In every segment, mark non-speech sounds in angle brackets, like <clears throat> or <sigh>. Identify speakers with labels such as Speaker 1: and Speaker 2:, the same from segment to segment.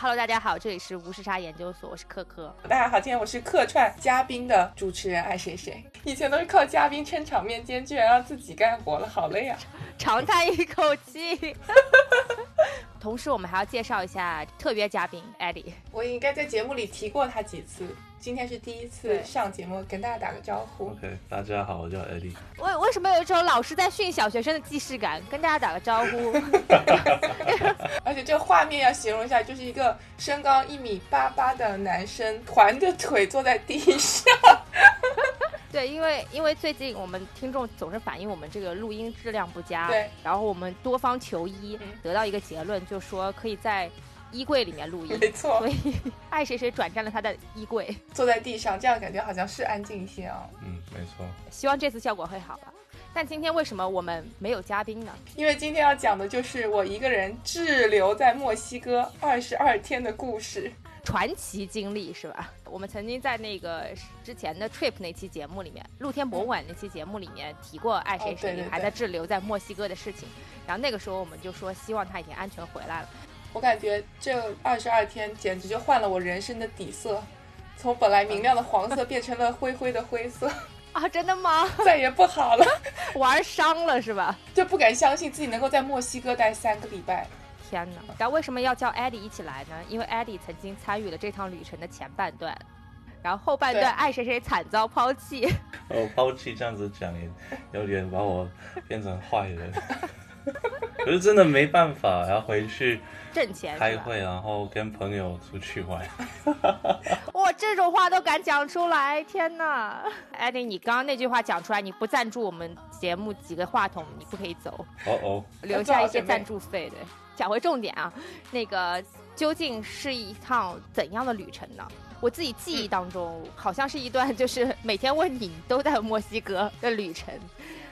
Speaker 1: Hello，大家好，这里是无时差研究所，我是可可。
Speaker 2: 大家好，今天我是客串嘉宾的主持人爱谁谁。以前都是靠嘉宾撑场面，今天居然让自己干活了，好累啊！
Speaker 1: 长叹一口
Speaker 2: <laughs>
Speaker 1: 气。同时，我们还要介绍一下特约嘉宾艾莉。
Speaker 2: 我应该在节目里提过他几次，今天是第一次
Speaker 1: 对
Speaker 2: 上节目，跟大家打个招呼。
Speaker 3: OK，大家好，我叫艾丽。
Speaker 1: 为为什么有一种老师在训小学生的既视感？跟大家打个招呼。
Speaker 2: <laughs> 而且这画面要形容一下，就是一个身高一米八八的男生，环着腿坐在地上。
Speaker 1: 对，因为因为最近我们听众总是反映我们这个录音质量不佳，
Speaker 2: 对，
Speaker 1: 然后我们多方求医
Speaker 2: 嗯，
Speaker 1: 得到一个结论，就说可以在衣柜里面录音，
Speaker 2: 没错
Speaker 1: 所，以 <laughs> 爱谁谁转战了他的衣柜，
Speaker 2: 坐在地上，这样感觉好像是安静一些啊、
Speaker 3: 嗯，没错。
Speaker 1: 希望这次效果会好吧。但今天为什么我们没有嘉宾呢？
Speaker 2: 因为今天要讲的就是我一个人滞留在墨西哥二十二天的故事。
Speaker 1: 传奇经历是吧？ <laughs> 我们曾经在那个之前的 trip 那期节目里面，露天博物馆那期节目里面提过爱谁
Speaker 2: 哦对
Speaker 1: 谁
Speaker 2: 对对
Speaker 1: 还在滞留在墨西哥的事情，然后那个时候我们就说希望他已经安全回
Speaker 2: <laughs>
Speaker 1: 来了。
Speaker 2: 我感觉这二十二天简直就换了我人生的底色，从本来明亮的黄色变成了灰灰的灰色， <laughs>
Speaker 1: 啊，真的吗？
Speaker 2: 再也不好了，
Speaker 1: <laughs>
Speaker 2: <laughs>
Speaker 1: 玩伤了是吧？
Speaker 2: 就不敢相信自己能够在墨西哥待三个礼拜。
Speaker 1: 天哪！但为什么要叫艾迪一起来呢？因为艾迪曾经参与了这趟旅程的前半段，然后后半
Speaker 2: 对
Speaker 1: 段爱谁谁惨遭抛弃。 <laughs>
Speaker 3: 哦，抛弃这样子讲也有点把我变成坏 <laughs> 人。可是真的没办法，然后回去
Speaker 1: 挣钱
Speaker 3: 开
Speaker 1: 是吧？
Speaker 3: 会，然后跟朋友出去玩。
Speaker 1: 哇，这种话都敢讲出来，天哪！艾迪，你刚刚那句话讲出来，你不赞助我们节目几个话筒，你不可以 <laughs> 走，
Speaker 3: 哦哦，
Speaker 1: 留下一些赞助费的。讲回重点啊，那个究竟是一趟怎样的旅程呢？我自己记忆当中，好像是一段就是每天问你你都在墨西哥的旅程。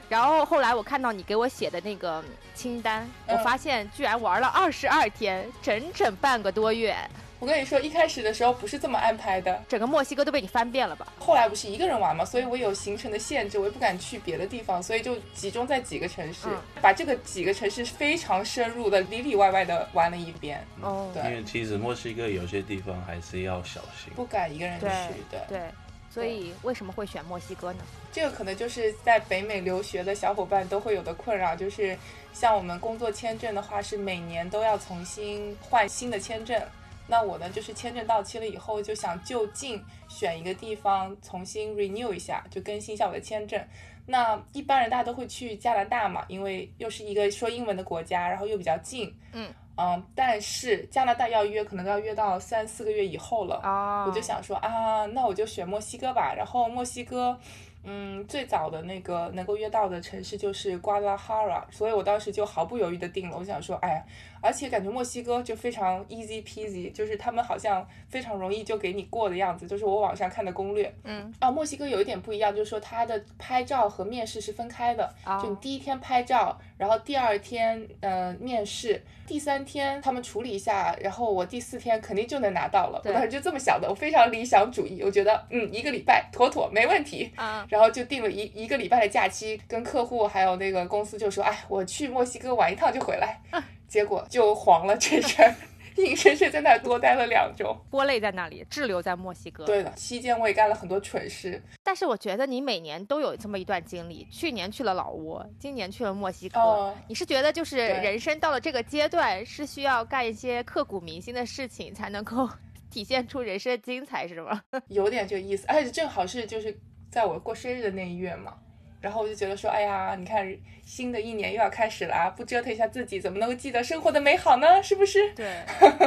Speaker 1: 然后后来我看到你给我写的那个清单，
Speaker 2: 嗯
Speaker 1: 我发现居然玩了二十二天，整整半个多月，
Speaker 2: 我跟你说，一开始的时候不是这么安排的，
Speaker 1: 整个墨西哥都被你翻遍了吧？
Speaker 2: 后来不是一个人玩嘛，所以我有行程的限制，我也不敢去别的地方，所以就集中在几个城市，
Speaker 1: 嗯
Speaker 2: 把这个几个城市非常深入的里里外外的玩了一遍，
Speaker 3: 嗯
Speaker 1: 哦，
Speaker 2: 对
Speaker 3: 因为其实墨西哥有些地方还是要小心。
Speaker 2: 不敢一个人去
Speaker 1: 对
Speaker 2: 对
Speaker 1: 对，所以为什么会选墨西哥呢？
Speaker 2: 这个可能就是在北美留学的小伙伴都会有的困扰，就是像我们工作签证的话，是每年都要重新换新的签证。那我呢，就是签证到期了以后，就想就近选一个地方重新 renew 一下，就更新一下我的签证。那一般人大家都会去加拿大嘛，因为又是一个说英文的国家，然后又比较近。
Speaker 1: 嗯
Speaker 2: 嗯，但是加拿大要约，可能都要约到三四个月以后了。
Speaker 1: 哦，
Speaker 2: 我就想说啊，那我就选墨西哥吧。然后墨西哥，嗯，最早的那个能够约到的城市就是瓜拉哈拉，所以我当时就毫不犹豫的定了。我想说，哎呀，而且感觉墨西哥就非常 easy peasy，就是他们好像非常容易就给你过的样子，就是我网上看的攻略。
Speaker 1: 嗯，
Speaker 2: 啊，墨西哥有一点不一样，就是说它的拍照和面试是分开的，
Speaker 1: 哦
Speaker 2: 就你第一天拍照，然后第二天呃面试，第三天他们处理一下，然后我第四天肯定就能拿到了。我
Speaker 1: 对
Speaker 2: 当时就这么想的，我非常理想主义，我觉得嗯一个礼拜妥妥没问题。
Speaker 1: 嗯，
Speaker 2: 然后就定了一一个礼拜的假期，跟客户还有那个公司就说，哎，我去墨西哥玩一趟就回来，
Speaker 1: 啊
Speaker 2: 结果就黄了这事儿， <laughs> 硬生生在那儿多待了两周。
Speaker 1: 波类在那里滞留在墨西哥。，
Speaker 2: 对的，期间我也干了很多蠢事，
Speaker 1: 但是我觉得你每年都有这么一段经历，去年去了老挝，今年去了墨西哥。
Speaker 2: 哦
Speaker 1: 你是觉得就是
Speaker 2: 对
Speaker 1: 人生到了这个阶段，是需要干一些刻骨铭心的事情，才能够 <laughs> 体现出人生的精彩，是吗？
Speaker 2: 有点这个意思，而且正好是就是在我过生日的那一月嘛，然后我就觉得说，哎呀，你看新的一年又要开始了啊，不折腾一下自己，怎么能够记得生活的美好呢？是不是？
Speaker 1: 对， <laughs>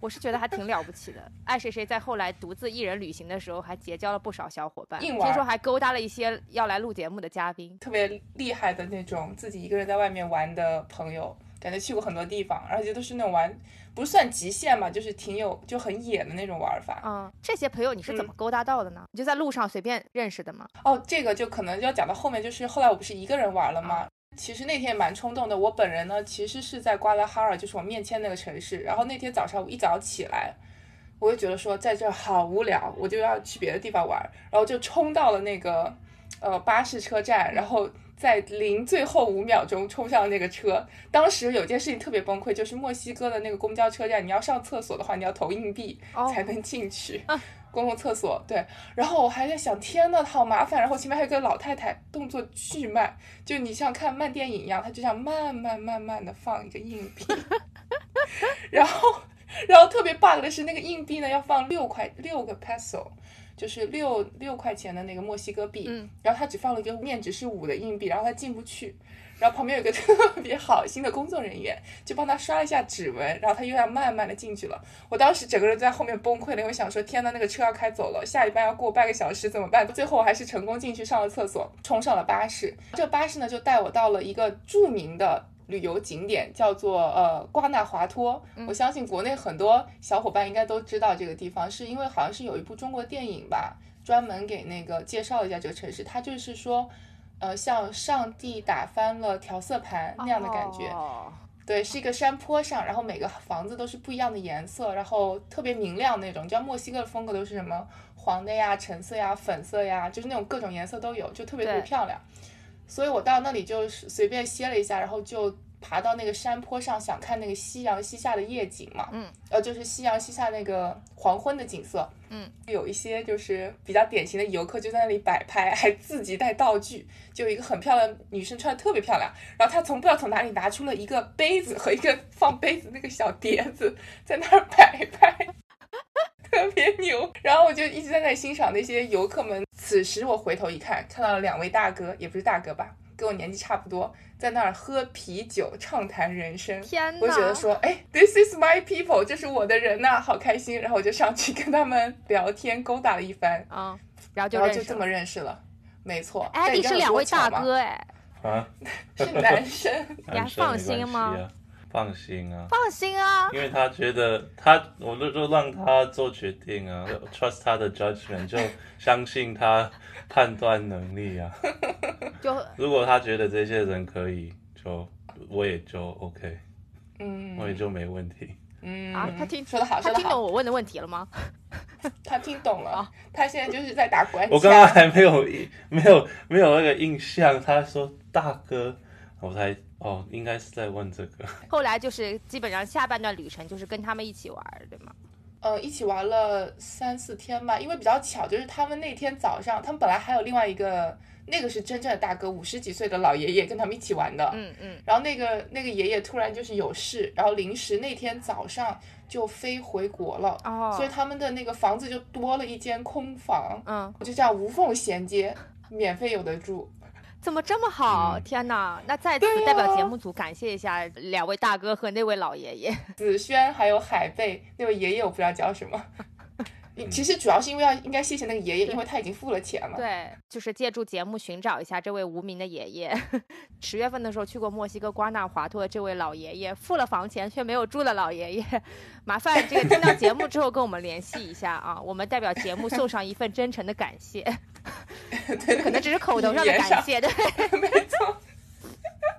Speaker 1: 我是觉得还挺了不起的。爱谁谁在后来独自一人旅行的时候，还结交了不少小伙伴，
Speaker 2: 硬
Speaker 1: 听
Speaker 2: 玩
Speaker 1: 说还勾搭了一些要来录节目的嘉宾。
Speaker 2: 特别厉害的那种自己一个人在外面玩的朋友，感觉去过很多地方，而且都是那种玩不算极限吧，就是挺有就很野的那种玩法。
Speaker 1: 嗯，这些朋友你是怎么勾搭到的呢？你就在路上随便认识的吗？
Speaker 2: 哦，这个就可能要讲到后面，就是后来我不是一个人玩了吗？其实那天也蛮冲动的。我本人呢，其实是在瓜拉哈尔，就是我面签那个城市。然后那天早上我一早起来，我就觉得说在这儿好无聊，我就要去别的地方玩，然后就冲到了那个呃巴士车站，然后在临最后五秒钟冲上那个车。当时有件事情特别崩溃，就是墨西哥的那个公交车站，你要上厕所的话，你要投硬币
Speaker 1: 哦
Speaker 2: 才能进去。
Speaker 1: 啊
Speaker 2: 公共厕所对，然后我还在想，天呐，好麻烦。然后前面还有个老太太，动作巨慢，就你像看慢电影一样，她就这样慢慢慢慢的放一个硬
Speaker 1: <laughs>
Speaker 2: 币，然后然后特别 bug 的是那个硬币呢要放六块六个 peso，就是六六块钱的那个墨西哥币，
Speaker 1: 嗯
Speaker 2: 然后他只放了一个面值是五的硬币，然后他进不去。然后旁边有一个 <laughs> 特别好心的工作人员，就帮他刷了一下指纹，然后他又要慢慢的进去了。我当时整个人在后面崩溃了，因为想说天呐，那个车要开走了，下一班要过半个小时怎么办？最后我还是成功进去上了厕所，冲上了巴士。这巴士呢就带我到了一个著名的旅游景点，叫做呃瓜纳华托。我相信国内很多小伙伴应该都知道这个地方，是因为好像是有一部中国电影吧，专门给那个介绍了一下这个城市。它就是说，呃，像上帝打翻了调色盘那样的感觉。
Speaker 1: 哦
Speaker 2: 对，是一个山坡上，然后每个房子都是不一样的颜色，然后特别明亮那种。你知道墨西哥的风格都是什么黄的呀、橙色呀、粉色呀，就是那种各种颜色都有，就特别特别
Speaker 1: 对
Speaker 2: 漂亮。所以我到那里就是随便歇了一下，然后就爬到那个山坡上，想看那个夕阳西下的夜景嘛。
Speaker 1: 嗯，
Speaker 2: 呃，就是夕阳西下那个黄昏的景色。
Speaker 1: 嗯，
Speaker 2: 有一些就是比较典型的游客就在那里摆拍，还自己带道具。就有一个很漂亮的女生，穿的特别漂亮，然后她从不知道从哪里拿出了一个杯子和一个放杯子那个小碟子，在那儿摆 <laughs> 拍。特别牛，然后我就一直在那里欣赏那些游客们。此时我回头一看，看到了两位大哥，也不是大哥吧，跟我年纪差不多，在那儿喝啤酒畅谈人生。
Speaker 1: 天
Speaker 2: 我就觉得说，哎，This is my people，这是我的人呐、好开心。然后我就上去跟他们聊天，勾搭了一番，
Speaker 1: 啊、嗯，然后 <laughs> 就
Speaker 2: 然后
Speaker 1: 认
Speaker 2: 就
Speaker 1: 识
Speaker 2: 这
Speaker 1: 了
Speaker 2: 么认识了。没错，
Speaker 1: 哎，
Speaker 2: 但
Speaker 1: 你
Speaker 2: 你刚
Speaker 1: 是
Speaker 2: 刚
Speaker 1: 两
Speaker 2: 说
Speaker 1: 位
Speaker 2: 巧
Speaker 1: 大
Speaker 2: 吗，
Speaker 1: 哥哎，
Speaker 3: 啊，
Speaker 2: <laughs> 是男生。
Speaker 1: 你还放心吗
Speaker 3: 男生没关系啊？放心啊，
Speaker 1: 放心啊，
Speaker 3: 因为他觉得他，我就就让他做决定啊，trust 他的 judgment，就相信他判断能力啊。
Speaker 2: <laughs>
Speaker 1: 就
Speaker 3: 如果他觉得这些人可以，就我也就 OK，我 <laughs> 也
Speaker 2: 嗯
Speaker 3: 就没问题。
Speaker 2: 嗯
Speaker 1: 啊，他听
Speaker 2: 说的好，
Speaker 1: 他
Speaker 2: 说的
Speaker 1: 听懂
Speaker 2: 好，
Speaker 1: 我问的问题了吗？
Speaker 2: 他听懂了，他现在就是在打官
Speaker 3: 我刚刚
Speaker 2: 腔。
Speaker 3: 还没有印，没有没有那个印象，他说大哥，我才哦，应该是在问这个。
Speaker 1: 后来就是基本上下半段旅程就是跟他们一起玩儿，对吗？
Speaker 2: 呃，一起玩了三四天吧，因为比较巧，就是他们那天早上，他们本来还有另外一个，那个是真正的大哥，五十几岁的老爷爷跟他们一起玩的。
Speaker 1: 嗯嗯，
Speaker 2: 然后那个那个爷爷突然就是有事，然后临时那天早上就飞回国了，
Speaker 1: 哦，
Speaker 2: 所以他们的那个房子就多了一间空房，
Speaker 1: 嗯，
Speaker 2: 我就这样无缝衔接，免费有的住。
Speaker 1: 怎么这么好？
Speaker 3: 嗯
Speaker 1: 天哪！那在此代表节目组感谢一下两位大哥和那位老爷爷。
Speaker 2: 子轩还有海贝那位爷爷，我不知道叫什么。其实主要是因为要应该谢谢那个爷爷，因为他已经付了钱了。
Speaker 1: 对，就是借助节目寻找一下这位无名的爷爷。 <laughs> 十月份的时候去过墨西哥瓜纳华托的这位老爷爷，付了房钱却没有住的老爷爷，麻烦这个听到节目之后跟我们联系一下啊，我们代表节目送上一份真诚的感谢，
Speaker 2: <laughs> 对，
Speaker 1: 可能只是口头上
Speaker 2: 语
Speaker 1: 的
Speaker 2: 言
Speaker 1: 感谢，对。 <laughs>
Speaker 2: 没错。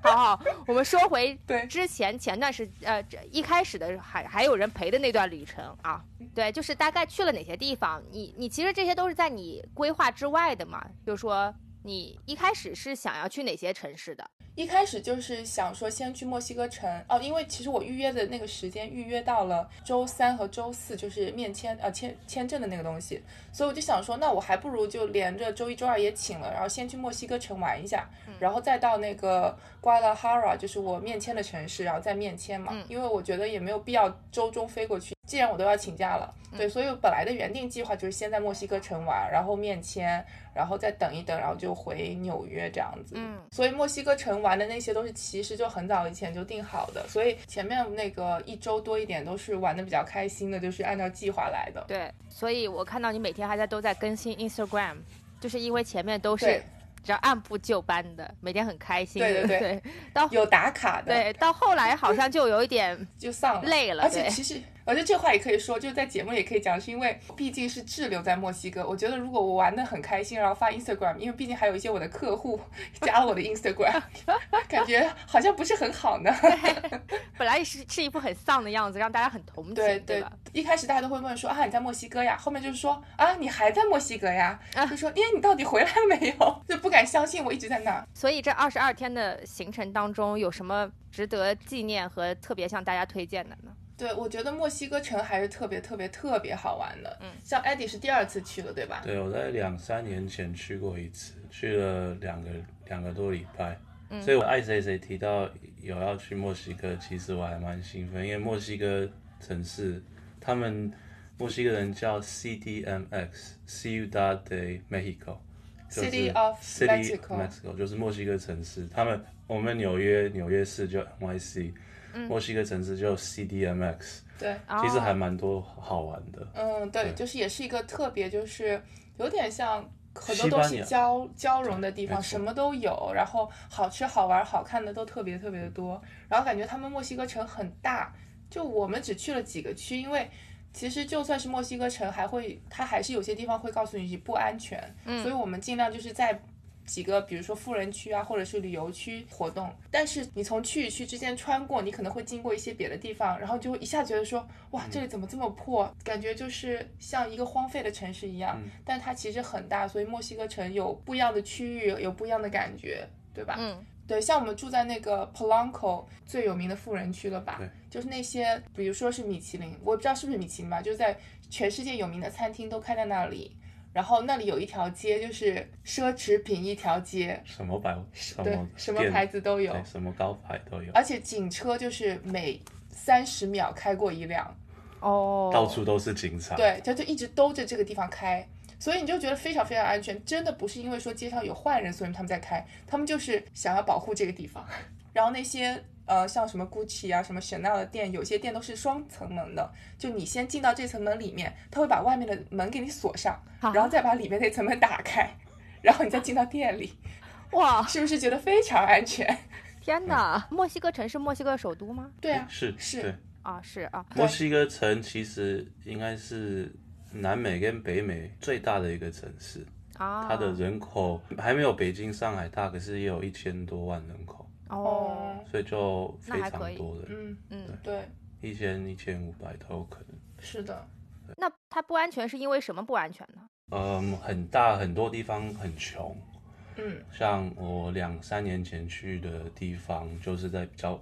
Speaker 1: 好好，我们说回
Speaker 2: 对
Speaker 1: 之前前段时呃这一开始的时候还还有人陪的那段旅程啊，对，就是大概去了哪些地方？你你其实这些都是在你规划之外的嘛，就是说你一开始是想要去哪些城市的？
Speaker 2: 一开始就是想说先去墨西哥城哦，因为其实我预约的那个时间预约到了周三和周四，就是面签呃签签证的那个东西，所以我就想说，那我还不如就连着周一周二也请了，然后先去墨西哥城玩一下，
Speaker 1: 嗯
Speaker 2: 然后再到那个瓜拉哈拉，就是我面签的城市，然后再面签嘛
Speaker 1: 嗯，
Speaker 2: 因为我觉得也没有必要周中飞过去，既然我都要请假了，
Speaker 1: 嗯
Speaker 2: 对，所以我本来的原定计划就是先在墨西哥城玩，然后面签，然后再等一等，然后就回纽约这样子，
Speaker 1: 嗯
Speaker 2: 所以墨西哥城玩的那些都是其实就很早以前就定好的，所以前面那个一周多一点都是玩的比较开心的，就是按照计划来的。
Speaker 1: 对，所以我看到你每天还在都在更新 Instagram，就是因为前面都是
Speaker 2: 对
Speaker 1: 只要按部就班的，每天很开心，
Speaker 2: 对对
Speaker 1: 对
Speaker 2: 对
Speaker 1: <laughs> 对，到
Speaker 2: 有打卡的
Speaker 1: 对到后来好像就有一点
Speaker 2: 就上了，
Speaker 1: 累了
Speaker 2: 而且
Speaker 1: 对
Speaker 2: 其实我觉得这话也可以说，就是在节目里也可以讲，是因为毕竟是滞留在墨西哥。我觉得如果我玩的很开心，然后发 Instagram，因为毕竟还有一些我的客户 <laughs> 加了我的 Instagram，感觉好像不是很好呢。
Speaker 1: 本来是是一副很丧的样子，让大家很同情，
Speaker 2: 对
Speaker 1: 对
Speaker 2: 对
Speaker 1: 吧？，
Speaker 2: 一开始大家都会问说啊你在墨西哥呀，后面就是说啊你还在墨西哥呀，
Speaker 1: 啊
Speaker 2: 就说耶你到底回来了没有？就不敢相信我一直在那儿。
Speaker 1: 所以这二十二天的行程当中，有什么值得纪念和特别向大家推荐的呢？
Speaker 2: 对，我觉得墨西哥城还是特别特别特别好玩的。
Speaker 1: 嗯
Speaker 2: 像 Eddie 是第二次去了，对吧？
Speaker 3: 对，我在两三年前去过一次，去了两个两个多礼拜。
Speaker 1: 嗯
Speaker 3: 所以我爱谁谁提到有要去墨西哥，其实我还蛮兴奋，因为墨西哥城市，他们墨西哥人叫 CDMX（Ciudad de Mexico）。就是
Speaker 2: City of
Speaker 3: City
Speaker 2: Mexico
Speaker 3: Mexico 就是墨西哥城市，他们我们纽约纽约市就 NYC，、墨
Speaker 2: 嗯
Speaker 3: 西哥城市就 CDMX，
Speaker 2: 对，
Speaker 3: 其实
Speaker 1: 哦
Speaker 3: 还蛮多好玩的。
Speaker 2: 嗯，对，
Speaker 3: 对
Speaker 2: 就是也是一个特别，就是有点像很多
Speaker 3: 西
Speaker 2: 东
Speaker 3: 班
Speaker 2: 西
Speaker 3: 牙
Speaker 2: 交交融的地
Speaker 3: 没
Speaker 2: 方，
Speaker 3: 错
Speaker 2: 什么都有，然后好吃、好玩、好看的都特别特别的多。然后感觉他们墨西哥城很大，就我们只去了几个区，因为其实就算是墨西哥城，还会它还是有些地方会告诉你不安全，所以我们尽量就是在。几个，比如说富人区啊，或者是旅游区活动，但是你从区与区之间穿过，你可能会经过一些别的地方，然后就会一下觉得说，哇，这里怎么这么破？感觉就是像一个荒废的城市一样，但它其实很大，所以墨西哥城有不一样的区域，有不一样的感觉，对吧？
Speaker 1: 嗯，
Speaker 2: 对，像我们住在那个 Polanco 最有名的富人区了吧
Speaker 3: 对？
Speaker 2: 就是那些，比如说是米其林，我不知道是不是米其林吧，就是在全世界有名的餐厅都开在那里。然后那里有一条街，就是奢侈品一条街，
Speaker 3: 什么牌什
Speaker 2: 对
Speaker 3: 么，
Speaker 2: 什么
Speaker 3: 店
Speaker 2: 牌子都有哎
Speaker 3: 对，，什么高牌都有，
Speaker 2: 而且警车就是每三十秒开过一辆，
Speaker 1: 哦，
Speaker 3: 到处都是警察。，
Speaker 2: 对，他就一直兜着这个地方开，所以你就觉得非常非常安全。真的不是因为说街上有坏人，所以他们在开，他们就是想要保护这个地方。 <laughs> 然后那些呃，像什么 GUCCI 啊、什么 Chanel 的店，有些店都是双层门的，就你先进到这层门里面，他会把外面的门给你锁上，
Speaker 1: 啊
Speaker 2: 然后再把里面那层门打开，然后你再进到店里， <laughs>
Speaker 1: 哇，
Speaker 2: 是不是觉得非常安全？
Speaker 1: 天哪！
Speaker 3: 嗯
Speaker 1: 墨西哥城是墨西哥首都吗？
Speaker 2: 对啊，
Speaker 3: 是
Speaker 2: 是
Speaker 3: 对。
Speaker 1: 啊，是啊，
Speaker 3: 墨西哥城其实应该是南美跟北美最大的一个城市，
Speaker 1: 啊，
Speaker 3: 它的人口还没有北京、上海大，可是也有一千多万人口，
Speaker 1: 哦，
Speaker 3: 所以就非
Speaker 1: 那还可
Speaker 3: 常
Speaker 1: 以
Speaker 3: 多人，
Speaker 2: 嗯，
Speaker 1: 嗯，
Speaker 2: 对，
Speaker 3: 一千、一千五百都有可能。
Speaker 2: 是的，
Speaker 1: 那它不安全是因为什么不安全呢？
Speaker 3: 嗯，很大，很多地方很穷，
Speaker 2: 嗯
Speaker 3: 像我两三年前去的地方，就是在比较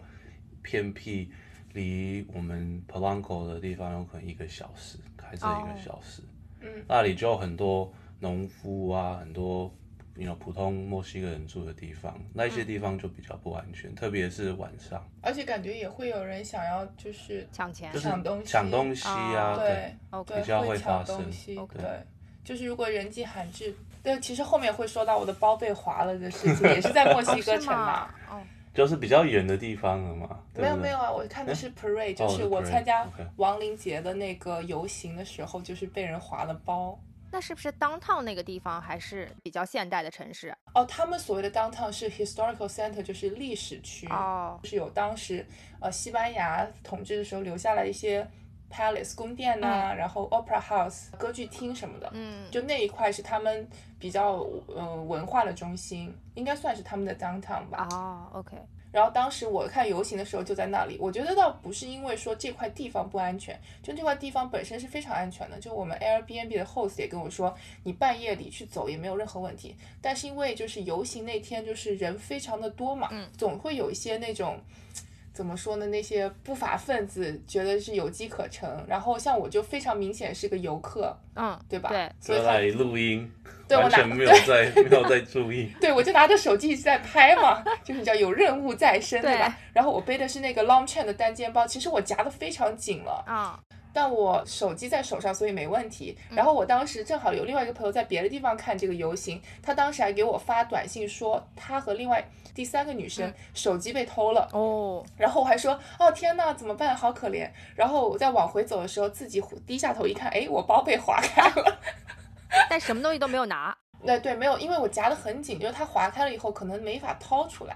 Speaker 3: 偏僻，离我们 Polanco 的地方有可能一个小时，开车一
Speaker 1: 哦
Speaker 3: 个小时。
Speaker 2: 嗯
Speaker 3: 那里就有很多农夫啊，很多你 you know, 普通墨西哥人住的地方，那一
Speaker 2: 嗯
Speaker 3: 些地方就比较不安全，特别是晚上，
Speaker 2: 而且感觉也会有人想要就是
Speaker 1: 抢钱
Speaker 3: 就是
Speaker 2: 抢东西
Speaker 3: 抢东西啊，
Speaker 1: 哦
Speaker 3: 对，
Speaker 2: 对。
Speaker 1: ，OK，
Speaker 2: 对，
Speaker 3: 比较会
Speaker 2: 抢
Speaker 3: 发生
Speaker 2: 东西。
Speaker 1: OK
Speaker 2: 对，就是如果人迹罕至，对，其实后面会说到我的包被划了的事情，也是
Speaker 1: <laughs>
Speaker 2: 在墨西哥
Speaker 1: 是
Speaker 2: 城
Speaker 1: 吗
Speaker 2: 嘛。？
Speaker 1: 哦，
Speaker 3: 就是比较远的地方了嘛，对
Speaker 2: 没有
Speaker 3: 不对
Speaker 2: 没有啊，我看的是 parade，就
Speaker 3: 哦
Speaker 2: 是
Speaker 3: 是
Speaker 2: 我
Speaker 3: parade，
Speaker 2: 参加
Speaker 3: OK
Speaker 2: 亡灵节的那个游行的时候，就是被人划了包。
Speaker 1: 那是不是 downtown 那个地方还是比较现代的城市？
Speaker 2: 哦，他们所谓的 downtown 是 historical center，就是历史区。
Speaker 3: 嗯
Speaker 1: 哦，
Speaker 2: 就是有当时呃西班牙统治的时候留下来一些 palace 宫殿呐、然后 opera house 歌剧厅什么的，
Speaker 1: 嗯
Speaker 2: 就那一块是他们比较呃文化的中心，应该算是他们的 downtown 吧。
Speaker 1: 啊，OK，
Speaker 2: 然后当时我看游行的时候就在那里，我觉得倒不是因为说这块地方不安全，就这块地方本身是非常安全的。就我们 Airbnb 的 host 也跟我说，你半夜里去走也没有任何问题。但是因为就是游行那天就是人非常的多嘛，
Speaker 1: 嗯
Speaker 2: 总会有一些那种。怎么说呢？那些不法分子觉得是有机可乘，然后像我就非常明显是个游客，
Speaker 1: 嗯，
Speaker 2: 对吧？
Speaker 1: 对，
Speaker 2: 所以
Speaker 3: 就
Speaker 2: 他
Speaker 3: 在那里录音，
Speaker 2: 对我
Speaker 3: 完
Speaker 2: 拿
Speaker 3: 全没有在没有在注意，
Speaker 2: <laughs> 对，我就拿着手机一直在拍嘛，就是你知道有任务在身，
Speaker 1: 对
Speaker 2: 对吧？然后我背的是那个 long chain 的单肩包，其实我夹的非常紧了，
Speaker 1: 啊，
Speaker 2: 但我手机在手上，所以没问题。然后我当时正好有另外一个朋友在别的地方看这个游行，他当时还给我发短信说，他和另外第三个女生手机被偷了。
Speaker 1: 哦，
Speaker 2: 然后我还说，哦天呐，怎么办？好可怜。然后我在往回走的时候，自己低下头一看，哎，我包被划开了。
Speaker 1: 但什么东西都没
Speaker 3: <laughs>
Speaker 1: 有拿，
Speaker 2: 对对，没有，因为我夹得很紧，就是它划开了以后可能没法掏出来。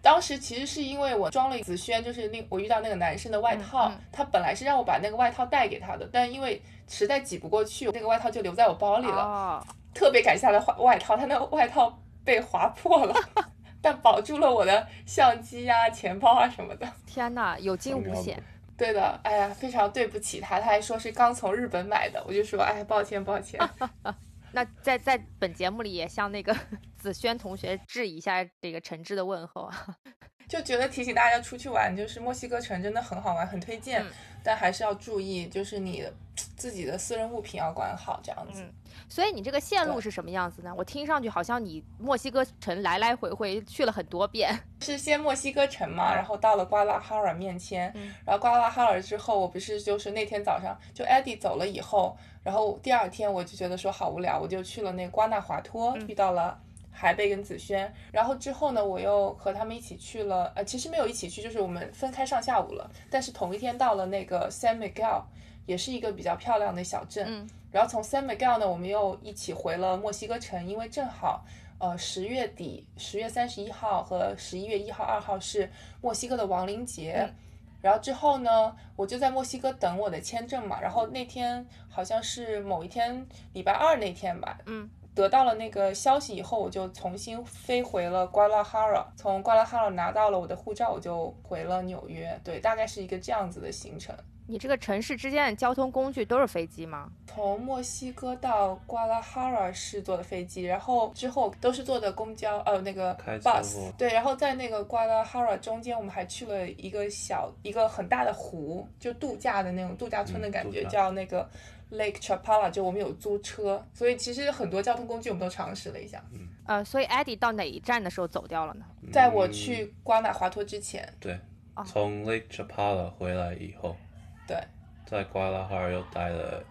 Speaker 2: 当时其实是因为我装了紫萱，就是那我遇到那个男生的外套，
Speaker 1: 嗯嗯
Speaker 2: 他本来是让我把那个外套带给他的，但因为实在挤不过去，那个外套就留在我包里了。
Speaker 1: 哦，
Speaker 2: <laughs> 特别感谢他的外外套，他那个外套被划破了， <laughs> 但保住了我的相机啊、钱包啊什么的。
Speaker 1: 天哪，有惊无险。
Speaker 2: 对的，哎呀，非常对不起他，他还说是刚从日本买的，我就说，哎，抱歉，抱歉。
Speaker 1: 那在在本节目里也向那个 <laughs> 子轩同学致一下这个诚挚的问候啊。
Speaker 2: 就觉得提醒大家出去玩，就是墨西哥城真的很好玩，很推荐，
Speaker 1: 嗯
Speaker 2: 但还是要注意，就是你的自己的私人物品要管好，这样子。
Speaker 1: 嗯所以你这个线路
Speaker 2: 对
Speaker 1: 是什么样子呢？我听上去好像你墨西哥城来来回回去了很多遍。
Speaker 2: 是先墨西哥城嘛，然后到了瓜拉哈尔面签，
Speaker 1: 嗯
Speaker 2: 然后瓜拉哈尔之后，我不是就是那天早上就 Eddie 走了以后，然后第二天我就觉得说好无聊，我就去了那瓜纳华托，
Speaker 1: 嗯
Speaker 2: 遇到了。海贝跟子轩，然后之后呢，我又和他们一起去了，呃，其实没有一起去，就是我们分开上下午了，但是同一天到了那个 San Miguel，也是一个比较漂亮的小镇，
Speaker 1: 嗯
Speaker 2: 然后从 San Miguel 呢，我们又一起回了墨西哥城，因为正好，呃，十月底，十月三十一号和十一月一号、二号是墨西哥的亡灵节。
Speaker 1: 嗯
Speaker 2: 然后之后呢，我就在墨西哥等我的签证嘛。然后那天好像是某一天，礼拜二那天吧，
Speaker 1: 嗯，
Speaker 2: 得到了那个消息以后，我就重新飞回了瓜拉哈拉，从瓜拉哈拉拿到了我的护照，我就回了纽约。对，大概是一个这样子的行程。
Speaker 1: 你这个城市之间的交通工具都是飞机吗？
Speaker 2: 从墨西哥到瓜拉哈拉是坐的飞机，然后之后都是坐的公交，呃，那个
Speaker 3: 开车
Speaker 2: bus
Speaker 3: 哦。
Speaker 2: 对，然后在那个瓜拉哈拉中间，我们还去了一个小一个很大的湖，就度假的那种度假村的
Speaker 3: 嗯
Speaker 2: 感觉，
Speaker 3: 度假
Speaker 2: 叫那个 Lake Chapala。就我们有租车，所以其实很多交通工具我们都尝试了一下。
Speaker 1: 呃，所以艾迪到哪一站的时候走掉了呢？
Speaker 3: 嗯
Speaker 2: 在我去瓜纳华托之前，
Speaker 3: 对
Speaker 1: 哦，
Speaker 3: 从 Lake Chapala 回来以后，
Speaker 2: 对，
Speaker 3: 在瓜拉哈尔又待了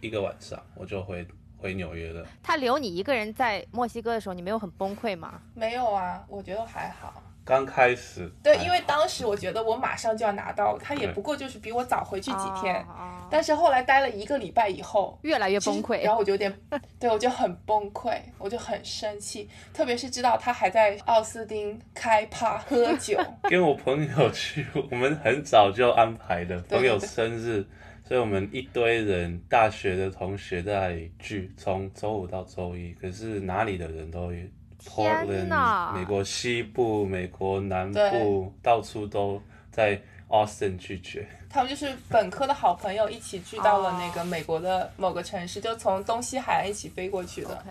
Speaker 3: 一个晚上，我就回回纽约了。
Speaker 1: 他留你一个人在墨西哥的时候，你没有很崩溃吗？
Speaker 2: 没有啊，我觉得还好。
Speaker 3: 刚开始
Speaker 2: 对，
Speaker 3: 还
Speaker 2: 因为当时我觉得我马上就要拿到，他也
Speaker 3: 对
Speaker 2: 不过就是比我早回去几天，
Speaker 1: 哦哦
Speaker 2: 但是后来待了一个礼拜以后，
Speaker 1: 越来越
Speaker 2: 其实
Speaker 1: 崩溃。
Speaker 2: 然后我就有点，
Speaker 1: <laughs>
Speaker 2: 对我就很崩溃，我就很生气，特别是知道他还在奥斯汀开趴喝
Speaker 1: <laughs>
Speaker 2: 酒，
Speaker 3: 跟我朋友去，我们很早就安排的，
Speaker 2: 对
Speaker 3: 朋友生日，所以我们一堆人，大学的同学在那里聚，从周五到周一，可是哪里的人都有。
Speaker 1: 天哪
Speaker 3: Portland，美国西部、美国南
Speaker 2: 对
Speaker 3: 部，到处都在 Austin 拒绝。
Speaker 2: 他们就是本科的好朋友一起去到了那个美国
Speaker 1: 哦
Speaker 2: 的某个城市，就从东西海岸一起飞过去的。
Speaker 1: OK，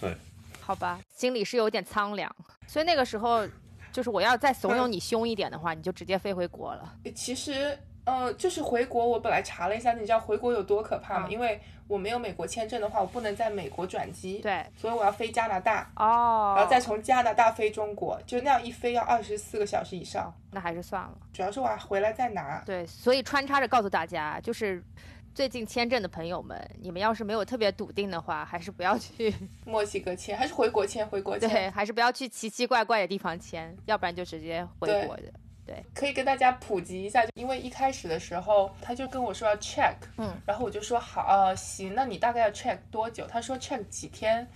Speaker 3: 对，
Speaker 1: 好吧，心里是有点苍凉。所以那个时候，就是我要再怂
Speaker 2: 嗯
Speaker 1: 恿你凶一点的话，你就直接飞回国了。
Speaker 2: 其实，呃，就是回国，我本来查了一下，你知道回国有多可怕吗？
Speaker 1: 嗯
Speaker 2: 因为我没有美国签证的话，我不能在美国转机，
Speaker 1: 对，
Speaker 2: 所以我要飞加拿大。
Speaker 1: 哦，
Speaker 2: 然后再从加拿大飞中国，就那样一飞要二十四个小时以上，
Speaker 1: 那还是算了。
Speaker 2: 主要是我还回来再拿。
Speaker 1: 对，所以穿插着告诉大家，就是最近签证的朋友们，你们要是没有特别笃定的话，还是不要
Speaker 2: <laughs>
Speaker 1: 去，
Speaker 2: 墨西哥签还是回国签？回国签
Speaker 1: 对，还是不要去奇奇怪怪的地方签，要不然就直接回
Speaker 2: 对
Speaker 1: 国的。
Speaker 2: 可以跟大家普及一下，因为一开始的时候他就跟我说要 check，
Speaker 1: 嗯，
Speaker 2: 然后我就说好，呃，行，那你大概要 check 多久？他说 check 几天，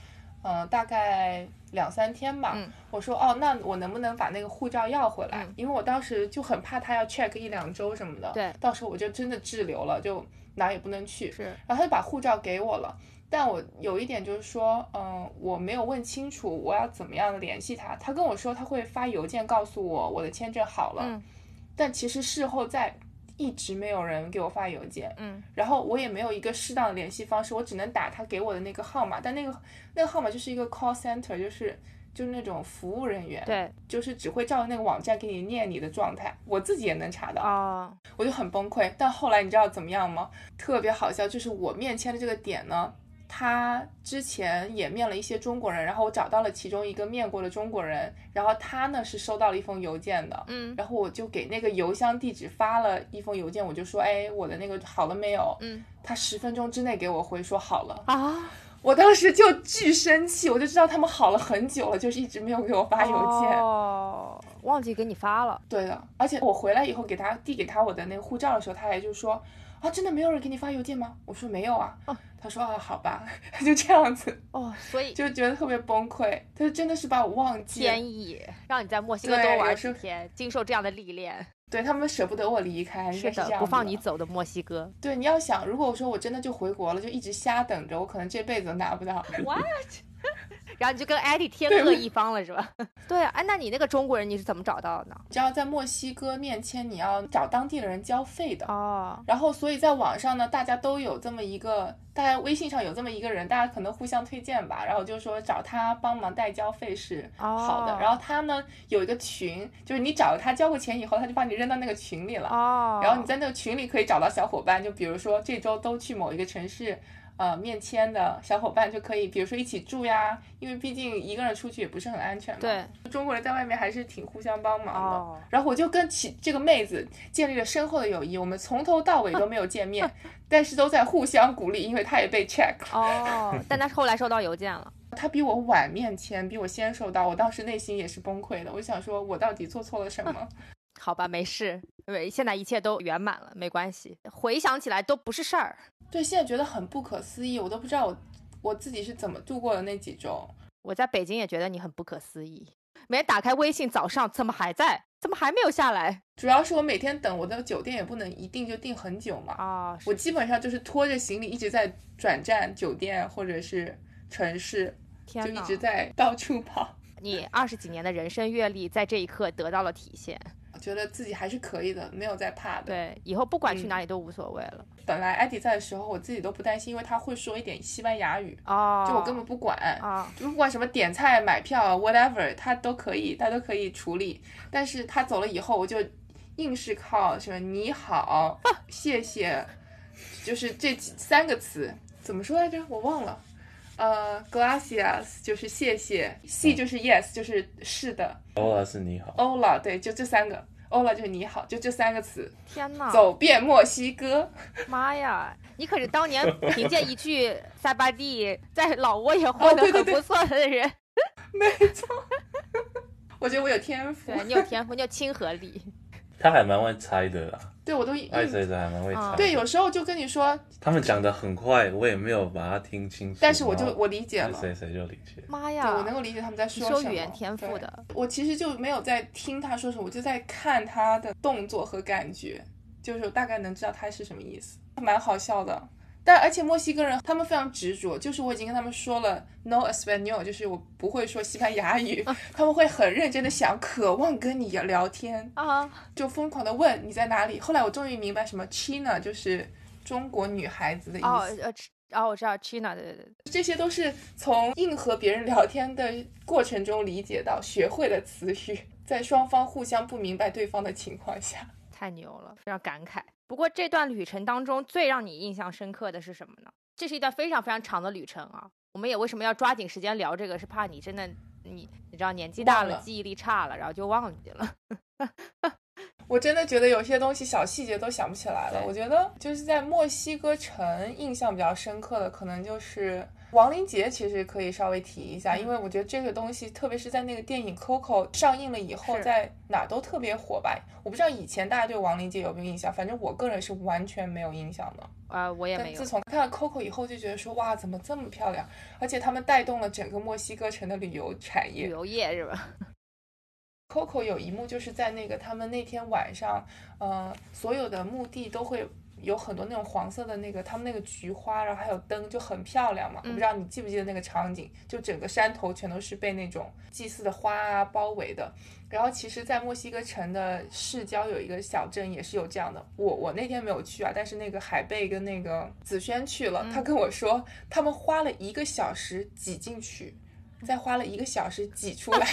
Speaker 2: 嗯、大概两三天吧。
Speaker 1: 嗯
Speaker 2: 我说哦，那我能不能把那个护照要回来？
Speaker 1: 嗯
Speaker 2: 因为我当时就很怕他要 check 一两周什么的，
Speaker 1: 对
Speaker 2: 到时候我就真的滞留了，就哪儿也不能去。
Speaker 1: 是，
Speaker 2: 然后他就把护照给我了。但我有一点就是说，嗯，我没有问清楚我要怎么样联系他。他跟我说他会发邮件告诉我我的签证好了，
Speaker 1: 嗯
Speaker 2: 但其实事后再一直没有人给我发邮件，
Speaker 1: 嗯，
Speaker 2: 然后我也没有一个适当的联系方式，我只能打他给我的那个号码，但那个那个号码就是一个 call center，就是就是那种服务人员，，
Speaker 1: 对，
Speaker 2: 就是只会照着那个网站给你念你的状态，我自己也能查到，
Speaker 1: 哦，
Speaker 2: 我就很崩溃。但后来你知道怎么样吗？特别好笑，就是我面签的这个点呢，他之前也面了一些中国人，然后我找到了其中一个面过的中国人，然后他呢是收到了一封邮件的。
Speaker 1: 嗯
Speaker 2: 然后我就给那个邮箱地址发了一封邮件，我就说，哎，我的那个好了没有？
Speaker 1: 嗯，
Speaker 2: 他十分钟之内给我回说好了，
Speaker 1: 啊，
Speaker 2: 我当时就巨生气，我就知道他们好了很久了，就是一直没有给我发邮件。
Speaker 1: 哦忘记给你发了。
Speaker 2: 对的，而且我回来以后给他递给他我的那个护照的时候，他还就说啊，真的没有人给你发邮件吗？我说没有啊。
Speaker 1: 哦
Speaker 2: 他说啊，好吧， <laughs> 他就这样子，
Speaker 1: 哦，所以
Speaker 2: 就觉得特别崩溃。他就真的是把我忘记了，
Speaker 1: 天意让你在墨西哥
Speaker 2: 对
Speaker 1: 多玩
Speaker 2: 有时
Speaker 1: 几
Speaker 2: 候
Speaker 1: 天，经受这样的历练，
Speaker 2: 对他们舍不得我离开，应该这
Speaker 1: 的，
Speaker 2: 样
Speaker 1: 不放
Speaker 2: 子
Speaker 1: 你
Speaker 2: 吧。
Speaker 1: 走的墨西哥。
Speaker 2: 对，你要想，如果我说我真的就回国了，就一直瞎等着，我可能这辈子都拿不到。 <laughs>
Speaker 1: What？然后你就 <laughs> 跟艾迪天
Speaker 2: 对
Speaker 1: 各
Speaker 2: 我
Speaker 1: 一方了是吧？ <laughs> 对啊，哎，那你那个中国人你是怎么找到的呢？
Speaker 2: 你知道，在墨西哥面签，你要找当地的人交费的。
Speaker 1: 哦，
Speaker 2: 然后，所以在网上呢，大家都有这么一个，大家微信上有这么一个人，大家可能互相推荐吧。然后就说找他帮忙代交费是好的。
Speaker 1: 哦
Speaker 2: 然后他呢有一个群，就是你找了他交过钱以后，他就把你扔到那个群里了。
Speaker 1: 哦，
Speaker 2: 然后你在那个群里可以找到小伙伴，就比如说这周都去某一个城市，呃，面签的小伙伴就可以，比如说一起住呀，因为毕竟一个人出去也不是很安全嘛。，
Speaker 1: 对
Speaker 2: 中国人在外面还是挺互相帮忙的。
Speaker 1: 哦，
Speaker 2: 然后我就跟其这个妹子建立了深厚的友谊，我们从头到尾都没有见
Speaker 1: <laughs>
Speaker 2: 面，但是都在互相鼓励，因为她也被 check 了，
Speaker 1: <laughs> 哦，但他后来收到邮件了，
Speaker 2: 她比我晚面签，比我先收到，我当时内心也是崩溃的，我就想说我到底做错了什
Speaker 1: <laughs>
Speaker 2: 么？
Speaker 1: 好吧，没事，因为现在一切都圆满了，没关系。回想起来都不是事儿。
Speaker 2: 对，现在觉得很不可思议，我都不知道我我自己是怎么度过的那几周。
Speaker 1: 我在北京也觉得你很不可思议，每天打开微信，早上怎么还在？怎么还没有下来
Speaker 2: 主要是我每天等我的酒店也不能一订就订很久嘛，
Speaker 1: 啊？是
Speaker 2: 我基本上就是拖着行李一直在转站酒店或者是城市，就
Speaker 1: 天
Speaker 2: 一
Speaker 1: 哪！
Speaker 2: 直在到处跑。
Speaker 1: 你二十几年的人生阅历在这一刻得到了体现。
Speaker 2: 我觉得自己还是可以的，没有在怕的。，
Speaker 1: 对，以后不管去
Speaker 2: 嗯
Speaker 1: 哪里都无所谓了。
Speaker 2: 本来艾迪在的时候，我自己都不担心，因为他会说一点西班牙语，
Speaker 1: 哦，
Speaker 2: 就我根本不管。
Speaker 1: 啊，
Speaker 2: 就不管什么点菜、买票，whatever，他都可以，他都可以处理。但是他走了以后，我就硬是靠什么
Speaker 1: <laughs>
Speaker 2: 你好、谢谢，就是这几三个词怎么说来着？我忘了。呃，gracias 就是谢谢，si
Speaker 1: 嗯
Speaker 2: 就是 yes 就是是的
Speaker 3: ，Hola 是你好，
Speaker 2: ，hola 对，就这三个，hola 就是你好，就这三个词，
Speaker 1: 天哪！
Speaker 2: 走遍墨西哥。 <laughs>
Speaker 1: 妈呀，你可是当年凭借一句塞巴蒂在老挝也
Speaker 2: 哦
Speaker 1: 混得
Speaker 2: 对对
Speaker 1: 很
Speaker 2: 对
Speaker 1: 不错的人，
Speaker 2: <laughs> 我觉得我有天赋
Speaker 1: 对，你有天赋，你有亲和
Speaker 2: <laughs>
Speaker 1: 力。
Speaker 3: 他还蛮会猜的啦，
Speaker 2: 对我都
Speaker 3: 爱谁谁还蛮会
Speaker 1: 啊
Speaker 2: 嗯
Speaker 3: 猜。
Speaker 2: 对，，有时候就跟你说，
Speaker 3: 他们讲的很快，我也没有把它听清楚。
Speaker 2: 但是我就
Speaker 3: 然后
Speaker 2: 我理解
Speaker 3: 爱
Speaker 2: 了。
Speaker 3: 谁谁就理解。
Speaker 1: 妈
Speaker 2: 对，
Speaker 1: 呀，
Speaker 2: 我能够理解他们在
Speaker 1: 你
Speaker 2: 说
Speaker 1: 是
Speaker 2: 什么。
Speaker 1: 有语言天赋的，
Speaker 2: 对。我其实就没有在听他说什么，我就在看他的动作和感觉，就是我大概能知道他是什么意思，蛮好笑的。但而且墨西哥人他们非常执着，就是我已经跟他们说了 no español，就是我不会说西班
Speaker 1: <laughs>
Speaker 2: 牙语，他们会很认真的想，渴望跟你聊天，
Speaker 1: 啊，
Speaker 2: 就疯狂的问你在哪里。后来我终于明白什么 China 就是中国女孩子的意思。
Speaker 1: 哦呃，哦，我知道 China，对对对，
Speaker 2: 这些都是从硬和别人聊天的过程中理解到、学会的词语，在双方互相不明白对方的情况下，
Speaker 1: 太牛了，非常感慨。不过这段旅程当中，最让你印象深刻的是什么呢？这是一段非常非常长的旅程啊。我们也为什么要抓紧时间聊这个？是怕你真的你你知道年纪大
Speaker 2: 忘
Speaker 1: 了，
Speaker 2: 了
Speaker 1: 记忆力差了，然后就忘记了。 <laughs>
Speaker 2: 我真的觉得有些东西小细节都想不起来了。
Speaker 1: 对
Speaker 2: 我觉得就是在墨西哥城印象比较深刻的，可能就是亡灵节，其实可以稍微提一下，
Speaker 1: 嗯
Speaker 2: 因为我觉得这个东西，特别是在那个电影《Coco》上映了以后，
Speaker 1: 是
Speaker 2: 在哪都特别火吧。我不知道以前大家对亡灵节有没有印象，反正我个人是完全没有印象的。
Speaker 1: 呃，我也
Speaker 2: 但
Speaker 1: 没有
Speaker 2: 自。从看了 Coco 以后，就觉得说哇，怎么这么漂亮？而且他们带动了整个墨西哥城的旅游产
Speaker 1: 旅
Speaker 2: 业。
Speaker 1: 游业是吧？
Speaker 2: Coco 有一幕就是在那个他们那天晚上，呃，所有的墓地都会有很多那种黄色的那个他们那个菊花，然后还有灯，就很漂亮嘛。我不知道你记不记得那个场景，就整个山头全都是被那种祭祀的花啊包围的。然后其实，在墨西哥城的市郊有一个小镇，也是有这样的。我我那天没有去啊，但是那个海贝跟那个子轩去了，他跟我说，他们花了一个小时挤进去，再花了一个小时挤出来，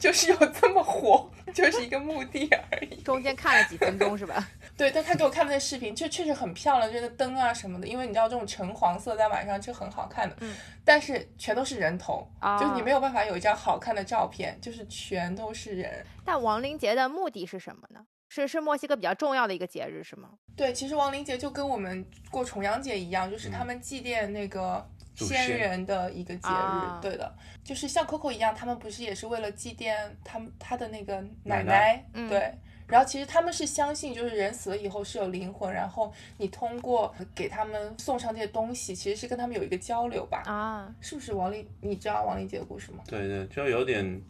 Speaker 2: 就是有这么火， <laughs> 就是一个啊墓地而已。
Speaker 1: 中间看了几分钟是 <laughs> 吧？
Speaker 2: 对，但他给我看的那视频，确确实很漂亮，就是灯啊什么的，因为你知道这种橙黄色在晚上是很好看的，
Speaker 1: 嗯
Speaker 2: 但是全都是人头，
Speaker 1: 啊，
Speaker 2: 就是你没有办法有一张好看的照片，就是全都是人。
Speaker 1: 哦但亡灵节的目的是什么呢？是是墨西哥比较重要的一个节日是吗？
Speaker 2: 对，其实亡灵节就跟我们过重阳节一样，就是他们祭奠那个
Speaker 3: 嗯祖
Speaker 2: 先
Speaker 3: 先
Speaker 2: 人的一个节日，
Speaker 1: 啊
Speaker 2: 对的，就是像 Coco 一样，他们不是也是为了祭奠他们他的那个奶
Speaker 3: 奶奶
Speaker 1: 嗯
Speaker 2: 对。然后其实他们是相信，就是人死了以后是有灵魂，然后你通过给他们送上这些东西，其实是跟他们有一个交流吧？
Speaker 1: 啊，
Speaker 2: 是不是王丽？你知道王丽姐的故事吗？
Speaker 3: 对对，就有点，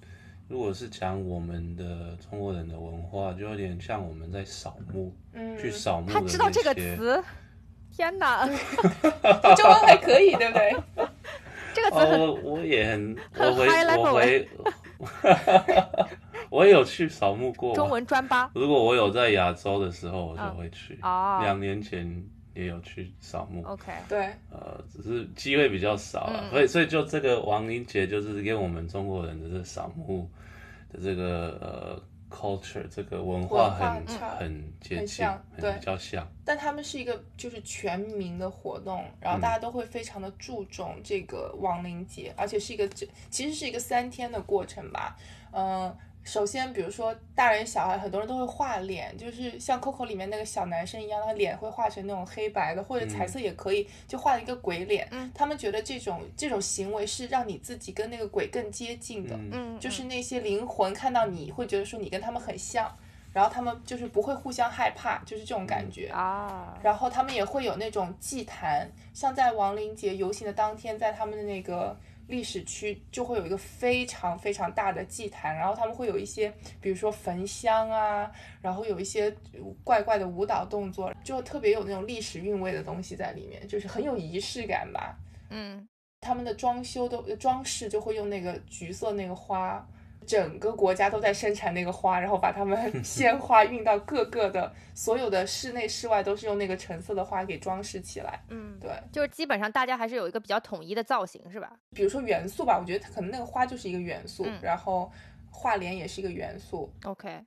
Speaker 3: 如果是讲我们的中国人的文化，就有点像我们在扫墓，
Speaker 2: 嗯，
Speaker 3: 去扫墓的
Speaker 1: 他知道
Speaker 3: 那
Speaker 1: 这个
Speaker 3: 些
Speaker 1: 词，天哪，
Speaker 3: <laughs>
Speaker 2: 中文还可以，对不对？
Speaker 1: 这个词
Speaker 3: 哦，
Speaker 1: 很
Speaker 3: 我我也很，
Speaker 1: 很
Speaker 3: 我回
Speaker 1: high level 哎
Speaker 3: 我回， <laughs> 我也有去扫墓过。
Speaker 2: 哦
Speaker 1: 中文专八
Speaker 3: 如果我有在亚洲的时候，我就会去。
Speaker 1: 哦
Speaker 3: 两年前也有去扫
Speaker 2: 嗯
Speaker 3: 墓，
Speaker 1: ，OK，
Speaker 2: 对，
Speaker 3: 呃，只是机会比较少啊。
Speaker 1: 嗯
Speaker 3: 所以，所以就这个亡灵节，就是跟我们中国人的这扫墓的这个呃 culture 这个文化
Speaker 2: 文化
Speaker 3: 很
Speaker 2: 差
Speaker 3: 很接
Speaker 2: 很
Speaker 3: 近，
Speaker 2: 像对
Speaker 3: 比较像。
Speaker 2: 但他们是一个就是全民的活动，然后大家都会非常的注重这个亡灵节，而且是一个这其实是一个三天的过程吧。嗯、首先比如说大人小孩，很多人都会画脸，就是像 Coco 里面那个小男生一样，他脸会画成那种黑白的或者彩色也可以，就画了一个鬼脸。
Speaker 1: 嗯
Speaker 2: 他们觉得这种这种行为是让你自己跟那个鬼更接近的。
Speaker 3: 嗯
Speaker 1: 嗯，
Speaker 2: 就是那些灵魂看到你会觉得说你跟他们很像，然后他们就是不会互相害怕，就是这种感觉。
Speaker 1: 啊，
Speaker 2: 然后他们也会有那种祭坛，像在亡灵节游行的当天，在他们的那个历史区就会有一个非常非常大的祭坛，然后他们会有一些，比如说焚香啊，然后有一些怪怪的舞蹈动作，就特别有那种历史韵味的东西在里面，就是很有仪式感吧。
Speaker 1: 嗯，
Speaker 2: 他们的装修都呃装饰就会用那个橘色那个花，整个国家都在生产那个花，然后把它们鲜花运到各个的所有的室内室外都是用那个橙色的花给装饰起来。
Speaker 1: 嗯，
Speaker 2: 对，
Speaker 1: 就是基本上大家还是有一个比较统一的造型，是吧？
Speaker 2: 比如说元素吧，我觉得可能那个花就是一个元素，
Speaker 1: 嗯
Speaker 2: 然后画帘也是一个元素，
Speaker 1: OK，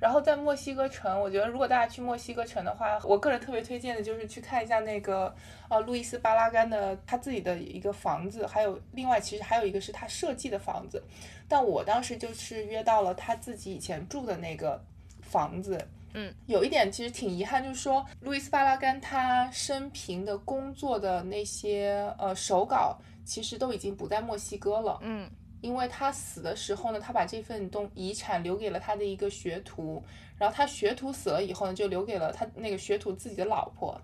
Speaker 2: 然后在墨西哥城，我觉得如果大家去墨西哥城的话，我个人特别推荐的就是去看一下那个呃路易斯巴拉干的他自己的一个房子，还有另外其实还有一个是他设计的房子，但我当时就是约到了他自己以前住的那个房子。
Speaker 1: 嗯，
Speaker 2: 有一点其实挺遗憾，就是说路易斯巴拉干他生平的工作的那些呃手稿，其实都已经不在墨西哥了。
Speaker 1: 嗯
Speaker 2: 因为他死的时候呢，他把这份东遗产留给了他的一个学徒，然后他学徒死了以后呢，就留给了他那个学徒自己的老婆。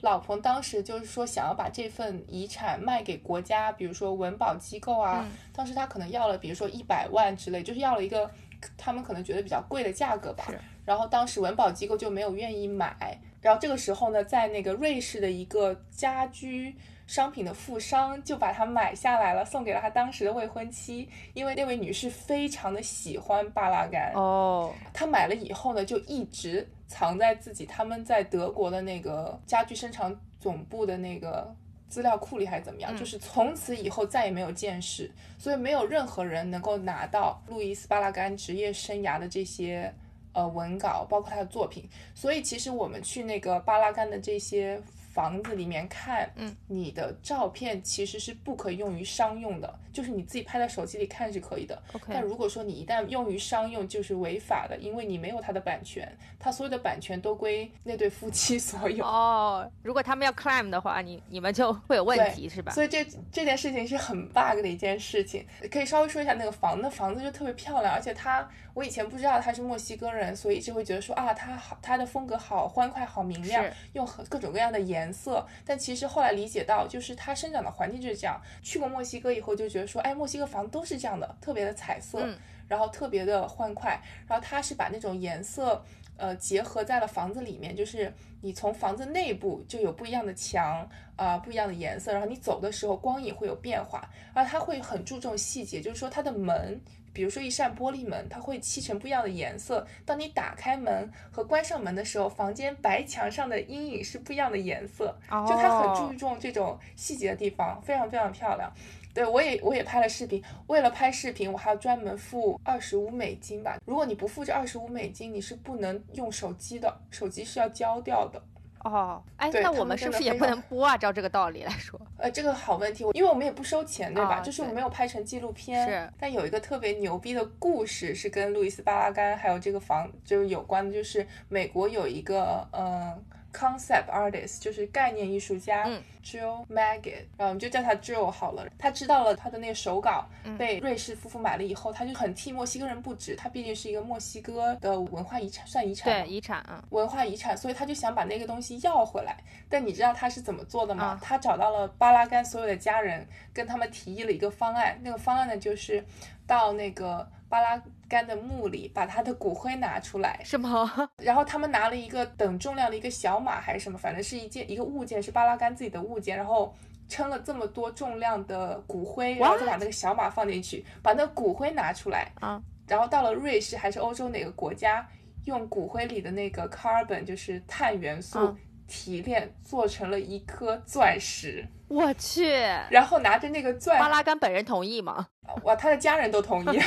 Speaker 2: 老婆当时就是说想要把这份遗产卖给国家，比如说文保机构啊，
Speaker 1: 嗯
Speaker 2: 当时他可能要了，比如说一百万之类，就是要了一个他们可能觉得比较贵的价格吧
Speaker 1: 是。
Speaker 2: 然后当时文保机构就没有愿意买。然后这个时候呢，在那个瑞士的一个家居商品的富商就把它买下来了，送给了他当时的未婚妻，因为那位女士非常的喜欢巴拉干。
Speaker 1: 哦，
Speaker 2: 他买了以后呢，就一直藏在自己他们在德国的那个家具生产总部的那个资料库里，还是怎么样？
Speaker 1: 嗯
Speaker 2: 就是从此以后再也没有见识，所以没有任何人能够拿到路易斯巴拉干职业生涯的这些。呃，文稿包括他的作品，所以其实我们去那个巴拉干的这些房子里面看，
Speaker 1: 嗯，
Speaker 2: 你的照片其实是不可以用于商用的，就是你自己拍在手机里看是可以的，但
Speaker 1: OK，
Speaker 2: 如果说你一旦用于商用，就是违法的，因为你没有它的版权，它所有的版权都归那对夫妻 <laughs> 所有。
Speaker 1: 哦，如果他们要 climb 的话，你你们就会有问
Speaker 2: 对
Speaker 1: 题，是吧？
Speaker 2: 所以这这件事情是很 bug 的一件事情，可以稍微说一下那个房，那房子就特别漂亮，而且它我以前不知道他是墨西哥人，所以一直会觉得说啊，他好，他的风格好欢快，好明亮
Speaker 1: 是，
Speaker 2: 用很各种各样的颜色。但其实后来理解到，就是他生长的环境就是这样。去过墨西哥以后就觉得说，哎，墨西哥房子都是这样的，特别的彩色，
Speaker 1: 嗯
Speaker 2: 然后特别的欢快。然后他是把那种颜色。呃，结合在了房子里面，就是你从房子内部就有不一样的墙啊、不一样的颜色，然后你走的时候光影会有变化，而他会很注重细节，就是说它的门，比如说一扇玻璃门，它会漆成不一样的颜色。当你打开门和关上门的时候，房间白墙上的阴影是不一样的颜色，
Speaker 1: 哦，
Speaker 2: 就他很注重这种细节的地方，非常非常漂亮。对我也我也拍了视频，为了拍视频，我还要专门付二十五美金吧。如果你不付这二十五美金，你是不能用手机的，手机是要交掉的。
Speaker 1: 哦，哎，
Speaker 2: 对
Speaker 1: 那
Speaker 2: 他
Speaker 1: 我
Speaker 2: 们
Speaker 1: 们是
Speaker 2: 真
Speaker 1: 不
Speaker 2: 的
Speaker 1: 是也
Speaker 2: 非
Speaker 1: 不
Speaker 2: 常
Speaker 1: 能播啊？照这个道理来说，
Speaker 2: 呃，这个好问题，因为我们也不收钱，对吧？
Speaker 1: 啊
Speaker 2: 就是我
Speaker 1: 对
Speaker 2: 们没有拍成纪录片。
Speaker 1: 是。
Speaker 2: 但有一个特别牛逼的故事是跟路易斯巴拉干还有这个房就是有关的，就是美国有一个呃 concept artist，就是概念艺术家、
Speaker 1: 嗯
Speaker 2: Jill Maggot，然后我们就叫他 Jill 好了。他知道了他的那个手稿
Speaker 1: 嗯
Speaker 2: 被瑞士夫妇买了以后，他就很替墨西哥人不值，他毕竟是一个墨西哥的文化遗产，算遗产
Speaker 1: 对
Speaker 2: 吗
Speaker 1: 遗产啊，
Speaker 2: 文化遗产，所以他就想把那个东西要回来。但你知道他是怎么做的吗？
Speaker 1: 啊
Speaker 2: 他找到了巴拉干所有的家人，跟他们提议了一个方案。那个方案呢，就是到那个巴拉干的墓里把他的骨灰拿出来，
Speaker 1: 什么？ <laughs>
Speaker 2: 然后他们拿了一个等重量的一个小马还是什么，反正是一件一个物件，是巴拉干自己的物件，然后称了这么多重量的骨灰，然后再把那个小马放进去，把那骨灰拿出来
Speaker 1: 啊，
Speaker 2: 然后到了瑞士还是欧洲哪个国家，用骨灰里的那个 carbon 就是碳元素
Speaker 1: 嗯
Speaker 2: 提炼做成了一颗钻石，
Speaker 1: 我去，
Speaker 2: 然后拿着那个钻
Speaker 1: 巴拉干本人同意吗？
Speaker 2: 哇，他的家人都同
Speaker 1: <laughs>
Speaker 2: 意，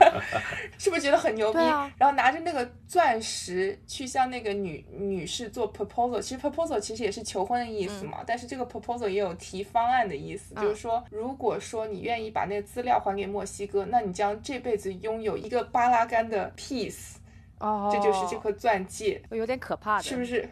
Speaker 2: <laughs> 是不是觉得很牛逼？
Speaker 1: 对啊
Speaker 2: 然后拿着那个钻石去向那个女女士做 proposal，其实 proposal 其实也是求婚的意思嘛，但是这个 proposal 也有提方案的意思，
Speaker 1: 嗯
Speaker 2: 就是说，如果说你愿意把那个资料还给墨西哥，那你将这辈子拥有一个巴拉干的 piece，
Speaker 1: 哦，
Speaker 2: 这就是这颗钻戒，
Speaker 1: 有点可怕的，
Speaker 2: 是不？是？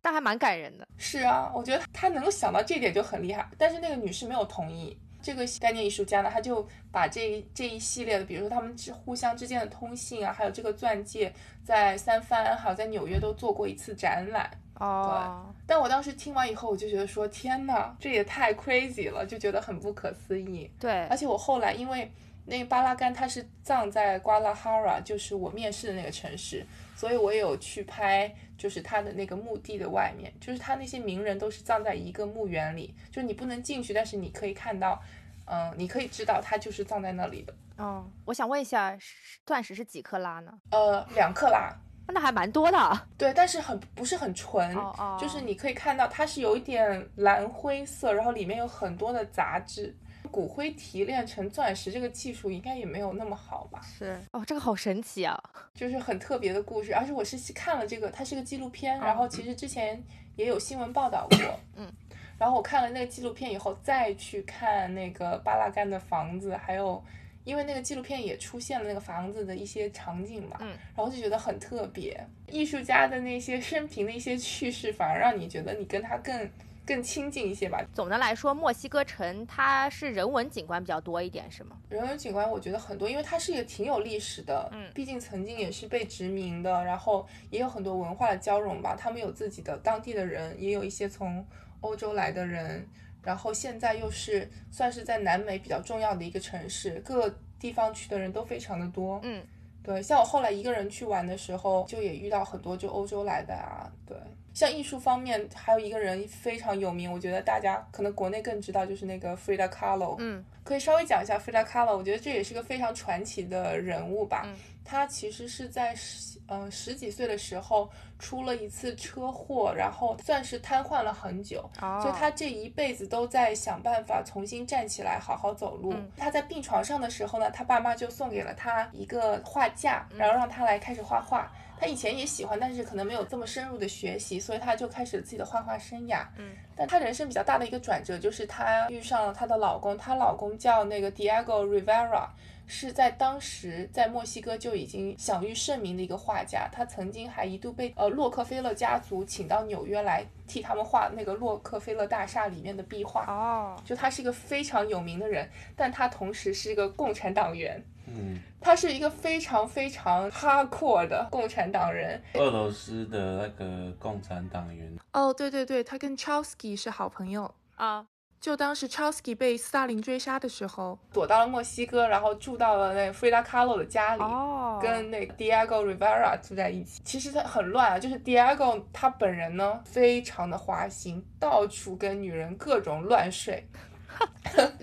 Speaker 1: 但还蛮感人的。
Speaker 2: 是啊，我觉得他能够想到这点就很厉害，但是那个女士没有同意。这个概念艺术家呢，他就把这一这一系列的，比如说他们之互相之间的通信啊，还有这个钻戒，在三藩还有在纽约都做过一次展览。
Speaker 1: 哦，
Speaker 2: 但我当时听完以后，我就觉得说，天哪，这也太 crazy 了，就觉得很不可思议。
Speaker 1: 对
Speaker 2: 而，且我后来因为那个巴拉干他是葬在瓜拉哈拉，就是我面试的那个城市，所以我也有去拍，就是他的那个墓地的外面，就是他那些名人都是葬在一个墓园里，就是你不能进去，但是你可以看到，嗯，你可以知道他就是葬在那里的。
Speaker 1: 哦，我想问一下，是钻石是几克拉呢？
Speaker 2: 呃，两克拉，
Speaker 1: 那还蛮多的。
Speaker 2: 对，但是很不是很纯，
Speaker 1: 哦哦，
Speaker 2: 嗯就是你可以看到它是有一点蓝灰色，然后里面有很多的杂质。骨灰提炼成钻石这个技术应该也没有那么好吧？
Speaker 1: 是哦，这个好神奇啊！
Speaker 2: 就是很特别的故事，而且我是看了这个，它是个纪录片，然后其实之前也有新闻报道过，
Speaker 1: 哦嗯，
Speaker 2: <clears throat> 然后我看了那个纪录片以后，再去看那个巴拉干的房子，还有因为那个纪录片也出现了那个房子的一些场景嘛，
Speaker 1: 嗯
Speaker 2: 然后就觉得很特别，艺术家的那些生平的一些趣事，反而让你觉得你跟他更更亲近一些吧。
Speaker 1: 总的来说，墨西哥城它是人文景观比较多一点，是吗？
Speaker 2: 人文景观我觉得很多，因为它是一个挺有历史的，
Speaker 1: 嗯
Speaker 2: 毕竟曾经也是被殖民的，然后也有很多文化的交融吧。他们有自己的当地的人，也有一些从欧洲来的人，然后现在又是算是在南美比较重要的一个城市，各个地方去的人都非常的多。
Speaker 1: 嗯，
Speaker 2: 对，像我后来一个人去玩的时候，就也遇到很多就欧洲来的啊，对。像艺术方面，还有一个人非常有名，我觉得大家可能国内更知道，就是那个 Frida Kahlo。
Speaker 1: 嗯，
Speaker 2: 可以稍微讲一下 Frida Kahlo，我觉得这也是个非常传奇的人物吧。
Speaker 1: 嗯
Speaker 2: 她其实是在十呃十几岁的时候出了一次车祸，然后算是瘫痪了很久。
Speaker 1: 哦，
Speaker 2: 所以他这一辈子都在想办法重新站起来，好好走路。
Speaker 1: 嗯
Speaker 2: 他在病床上的时候呢，他爸妈就送给了他一个画架，
Speaker 1: 嗯
Speaker 2: 然后让他来开始画画。他以前也喜欢，但是可能没有这么深入的学习，所以他就开始自己的画画生涯。
Speaker 1: 嗯，
Speaker 2: 但他人生比较大的一个转折就是她遇上了她的老公，她老公叫那个 Diego Rivera，是在当时在墨西哥就已经享誉盛名的一个画家，他曾经还一度被呃洛克菲勒家族请到纽约来替他们画那个洛克菲勒大厦里面的壁画。
Speaker 1: 哦，
Speaker 2: 就他是一个非常有名的人，但他同时是一个共产党员，
Speaker 3: 嗯，
Speaker 2: 他是一个非常非常 hardcore 的共产党人。
Speaker 3: 俄罗斯的那个共产党员，
Speaker 2: 哦，对对对，他跟 Chomsky 是好朋友。
Speaker 1: 啊，
Speaker 2: 就当时 Chomsky 被斯大林追杀的时候，躲到了墨西哥，然后住到了那 Frida Kahlo 的家里。
Speaker 1: 哦，
Speaker 2: 跟那个 Diego Rivera 住在一起，其实他很乱啊。就是 Diego 他本人呢，非常的花心，到处跟女人各种乱 <laughs> 睡。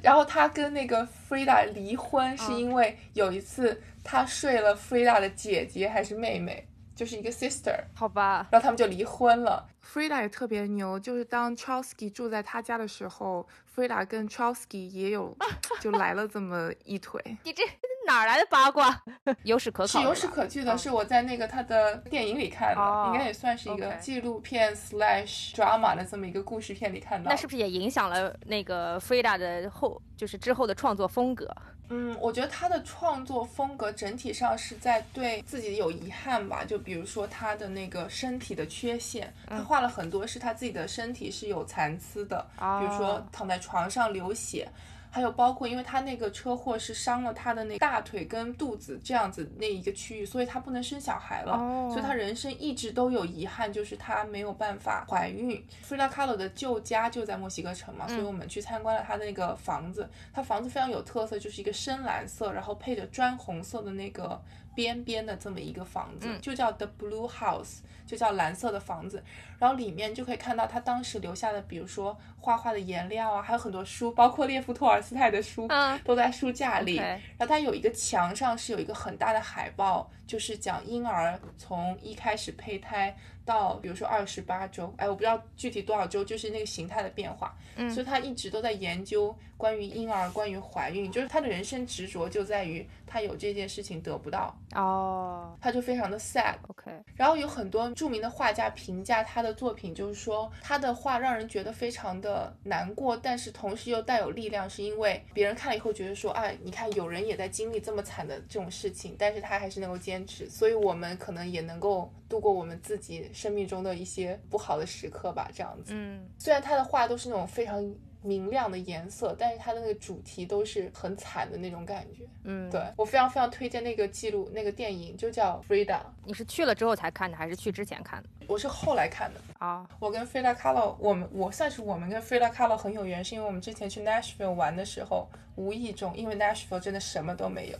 Speaker 2: 然后他跟那个 Frida 离婚，是因为有一次他睡了 Frida 的姐姐还是妹妹，就是一个 sister。
Speaker 1: 好吧，
Speaker 2: 然后他们就离婚了。Frida 也特别牛，就是当 Chowski 住在他家的时候，Frida 跟 Chowski 也有就来了这么一腿。
Speaker 1: 你这哪儿来的八卦？ <laughs> 有史可考
Speaker 2: <laughs> 是
Speaker 1: 的吧，
Speaker 2: 有史可据的，
Speaker 1: 嗯
Speaker 2: 是我在那个他的电影里看的，
Speaker 1: 哦
Speaker 2: 应该也算是一个
Speaker 1: OK
Speaker 2: 纪录片 slash drama 的这么一个故事片里看到
Speaker 1: 那
Speaker 2: 的。
Speaker 1: 是不是也影响了那个 Frida 的后，就是之后的创作风格？
Speaker 2: 嗯，我觉得他的创作风格整体上是在对自己有遗憾吧，就比如说他的那个身体的缺陷，他
Speaker 1: 嗯
Speaker 2: 画了很多是他自己的身体是有残疵的，比如说
Speaker 1: 哦
Speaker 2: 躺在床上流血，还有包括因为他那个车祸是伤了他的那个大腿跟肚子这样子那一个区域，所以他不能生小孩了。
Speaker 1: 哦
Speaker 2: 所以她人生一直都有遗憾，就是她没有办法怀孕。Frida Kahlo 的旧家就在墨西哥城嘛，所以
Speaker 1: 嗯
Speaker 2: 我们去参观了她的那个房子。她房子非常有特色，就是一个深蓝色，然后配着砖红色的那个边边的这么一个房子，
Speaker 1: 嗯
Speaker 2: 就叫 The Blue House，就叫蓝色的房子。然后里面就可以看到她当时留下的，比如说画画的颜料啊，还有很多书，包括列夫·托尔斯泰的书。
Speaker 1: 嗯
Speaker 2: 都在书架里，
Speaker 1: ，OK，
Speaker 2: 然后它有一个墙上是有一个很大的海报，就是讲婴儿从一开始胚胎到比如说二十八周，哎，我不知道具体多少周，就是那个形态的变化。
Speaker 1: 嗯
Speaker 2: 所以他一直都在研究关于婴儿、关于怀孕，就是他的人生执着就在于他有这件事情得不到，
Speaker 1: 哦
Speaker 2: 他就非常的 sad。
Speaker 1: ，OK，
Speaker 2: 然后有很多著名的画家评价他的作品，就是说他的画让人觉得非常的难过，但是同时又带有力量，是因为别人看了以后觉得说，哎，你看有人也在经历这么惨的这种事情，但是他还是能够坚持，所以我们可能也能够度过我们自己生命中的一些不好的时刻吧，这样子。
Speaker 1: 嗯
Speaker 2: 虽然他的画都是那种非常明亮的颜色，但是他的那个主题都是很惨的那种感觉。
Speaker 1: 嗯，
Speaker 2: 对，我非常非常推荐那个记录那个电影，就叫《Frida》。
Speaker 1: 你是去了之后才看的，还是去之前看的？
Speaker 2: 我是后来看的，
Speaker 1: 哦
Speaker 2: 我跟 Frida Kahlo，我们我算是我们跟 Frida Kahlo 很有缘，是因为我们之前去 Nashville 玩的时候，无意中因为 Nashville 真的什么都没
Speaker 3: <laughs>
Speaker 2: 有，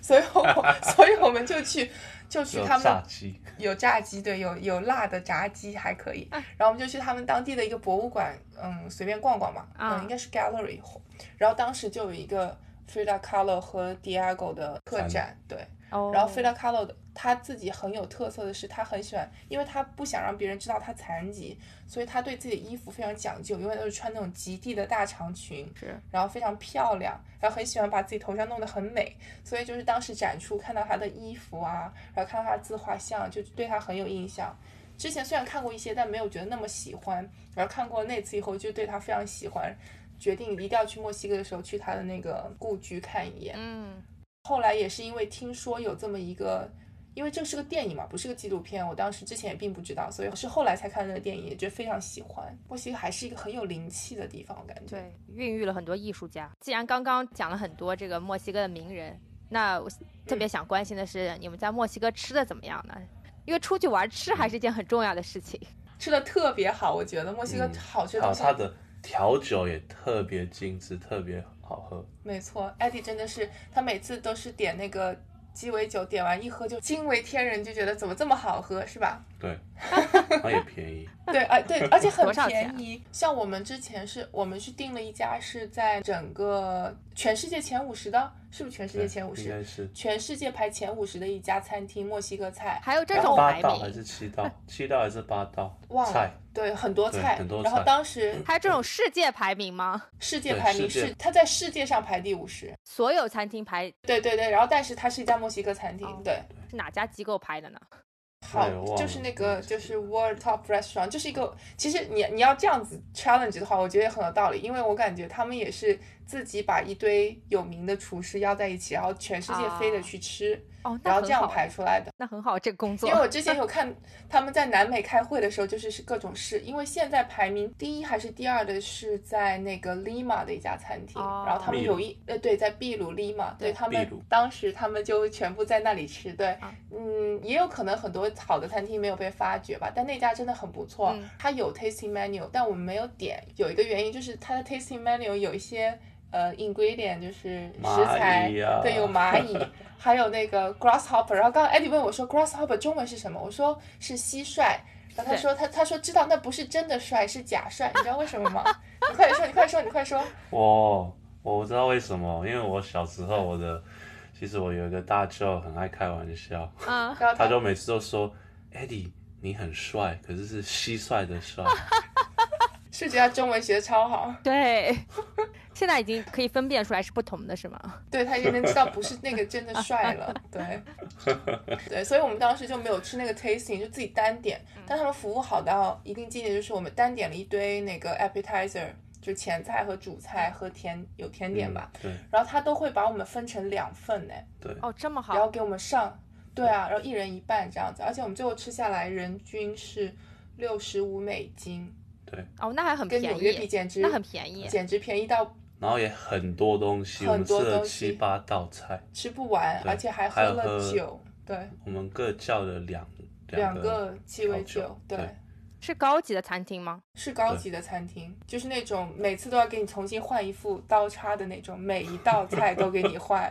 Speaker 2: 所以我所以我们就去就去
Speaker 3: 有
Speaker 2: 他们
Speaker 3: 炸鸡，
Speaker 2: 有炸鸡，对，有有辣的炸鸡还可以，然后我们就去他们当地的一个博物馆，嗯，随便逛逛嘛，
Speaker 1: 啊
Speaker 2: 嗯，应该是 gallery，然后当时就有一个 Frida Kahlo 和 Diego 的特
Speaker 3: 展
Speaker 2: 展，对，
Speaker 1: 哦，
Speaker 2: 然后 Frida Kahlo 的他自己很有特色的是，他很喜欢，因为他不想让别人知道他残疾，所以他对自己的衣服非常讲究，永远都是穿那种极地的大长裙，
Speaker 1: 是
Speaker 2: 然后非常漂亮，然后很喜欢把自己头上弄得很美，所以就是当时展出看到他的衣服啊，然后看到他的自画像，就对他很有印象。之前虽然看过一些，但没有觉得那么喜欢，然后看过那次以后就对他非常喜欢，决定一定要去墨西哥的时候去他的那个故居看一眼。
Speaker 1: 嗯
Speaker 2: 后来也是因为听说有这么一个，因为这是个电影嘛，不是个纪录片，我当时之前也并不知道，所以我是后来才看那个电影，也觉得非常喜欢。墨西哥还是一个很有灵气的地方，我感觉。
Speaker 1: 对，孕育了很多艺术家。既然刚刚讲了很多这个墨西哥的名人，那我特别想关心的是，你们在墨西哥吃的怎么样呢？因为出去玩吃还是一件很重要的事情。
Speaker 2: 吃的特别好，我觉得墨西哥
Speaker 3: 嗯
Speaker 2: 好吃
Speaker 3: 还
Speaker 2: 的东
Speaker 3: 有
Speaker 2: 西，
Speaker 3: 它的调酒也特别精致，特别好喝。
Speaker 2: 没错，艾迪真的是，他每次都是点那个鸡尾酒，点完一喝就惊为天人，就觉得怎么这么好喝，是吧？ <laughs>
Speaker 3: 对，然后也便宜，
Speaker 2: 对，啊，
Speaker 3: <laughs>
Speaker 2: 对，而且很
Speaker 1: 多少钱啊
Speaker 2: 便宜。像我们之前是我们去订了一家是在整个全世界前五十的，是不是全世界前五
Speaker 3: 应
Speaker 2: 十？
Speaker 3: 该是
Speaker 2: 全世界排前五十的一家餐厅，墨西哥菜，
Speaker 1: 还有这种
Speaker 3: 八
Speaker 1: 排
Speaker 3: 道还
Speaker 1: 名，
Speaker 3: 是七道？七道还是八道？
Speaker 2: 忘
Speaker 3: 菜
Speaker 2: 了，对，很多
Speaker 3: 对
Speaker 2: 菜，
Speaker 3: 很多
Speaker 2: 然后
Speaker 3: 菜嗯
Speaker 2: 当时
Speaker 1: 还有这种世界排名吗？
Speaker 2: 世界
Speaker 3: 对
Speaker 2: 排
Speaker 3: 世
Speaker 2: 名
Speaker 3: 界
Speaker 2: 是它在世界上排第五十，
Speaker 1: 所有餐厅排
Speaker 2: 对对对，然后但是它是一家墨西哥餐厅，
Speaker 1: 哦
Speaker 2: 对，
Speaker 1: 是哪家机构排的呢？
Speaker 2: 好
Speaker 3: 对我，忘
Speaker 2: 就是
Speaker 3: 了
Speaker 2: 那个
Speaker 3: 嗯
Speaker 2: 就是 World Top Restaurant，就是一个其实你你要这样子 challenge 的话，我觉得也很有道理，因为我感觉他们也是自己把一堆有名的厨师邀在一起，然后全世界飞着
Speaker 1: 啊
Speaker 2: 去吃，
Speaker 1: 哦，那
Speaker 2: 然后这
Speaker 1: 很
Speaker 2: 样
Speaker 1: 好，
Speaker 2: 排出来的。
Speaker 1: 那很好，这个工作
Speaker 2: 因为我之前有看他们在南美开会的时候，就是是各种事。因为现在排名第一还是第二的是在那个 Lima 的一家餐厅，
Speaker 1: 哦
Speaker 2: 然后他们
Speaker 3: 秘鲁
Speaker 2: 有一呃对，在秘鲁 Lima，对
Speaker 1: 对
Speaker 2: 他
Speaker 3: 秘
Speaker 2: 们
Speaker 3: 鲁
Speaker 2: 当时他们就全部在那里吃。对
Speaker 1: 啊，
Speaker 2: 嗯，也有可能很多好的餐厅没有被发掘吧，但那家真的很不错
Speaker 1: 嗯，
Speaker 2: 它有 tasting menu，但我们没有点。有一个原因就是它的 tasting menu 有一些。呃，ingredient 就是食材，
Speaker 3: 蚂蚁呀
Speaker 2: 对，有蚂
Speaker 3: <laughs>
Speaker 2: 蚁，还有那个 grasshopper。然后刚刚 Eddie 问我说 grasshopper 中文是什么，我说是蟋蟀。然后他
Speaker 1: 对
Speaker 2: 说他他说知道那不是真的帅，是假帅，你知道为什么吗？你快点说，你快说，你快说。
Speaker 3: 我我知道为什么，因为我小时候我的，其实我有一个大舅很爱开玩笑，
Speaker 1: 嗯，
Speaker 2: 然后
Speaker 3: 他
Speaker 2: 他
Speaker 3: 就每次都说，Eddie 你很帅，可是是蟋蟀的帅。
Speaker 2: 啊是觉得他中文学的超好，
Speaker 1: 对， <laughs> 现在已经可以分辨出来是不同的，是吗？
Speaker 2: 对他已经能知道不是那个真的帅了，
Speaker 3: <laughs>
Speaker 2: 对，对，所以我们当时就没有吃那个 tasting，就
Speaker 1: 嗯
Speaker 2: 自己单点。但他们服务好到一定境界，就是我们单点了一堆那个 appetizer，就前菜和主
Speaker 1: 嗯
Speaker 2: 菜和甜有甜点吧，
Speaker 3: 嗯对
Speaker 2: 然后他都会把我们分成两份呢，
Speaker 3: 对，
Speaker 1: 哦，这么好
Speaker 2: 然，后给我们上，
Speaker 3: 嗯
Speaker 2: 对啊，然后一人一半这样子，而且我们最后吃下来人均是六十五美金，
Speaker 1: 哦，那还很
Speaker 2: 跟
Speaker 1: 便
Speaker 2: 纽约比
Speaker 1: 宜，
Speaker 2: 简直
Speaker 1: 那很便宜，
Speaker 2: 简直便宜到
Speaker 3: 然后也很多东西，我
Speaker 2: 很
Speaker 3: 们吃
Speaker 2: 多
Speaker 3: 了
Speaker 2: 东西
Speaker 3: 七八道菜，
Speaker 2: 吃不完，
Speaker 3: 对
Speaker 2: 而且还喝
Speaker 3: 还有
Speaker 2: 了
Speaker 3: 喝
Speaker 2: 酒，对，
Speaker 3: 我们各叫了两
Speaker 2: 两
Speaker 3: 个，
Speaker 2: 个鸡尾
Speaker 3: 调酒
Speaker 2: 酒，对。
Speaker 3: 对
Speaker 1: 是高级的餐厅吗？
Speaker 2: 是高级的餐厅，就是那种每次都要给你重新换一副刀叉的那种，每一道菜都给你
Speaker 3: <laughs>
Speaker 2: 换。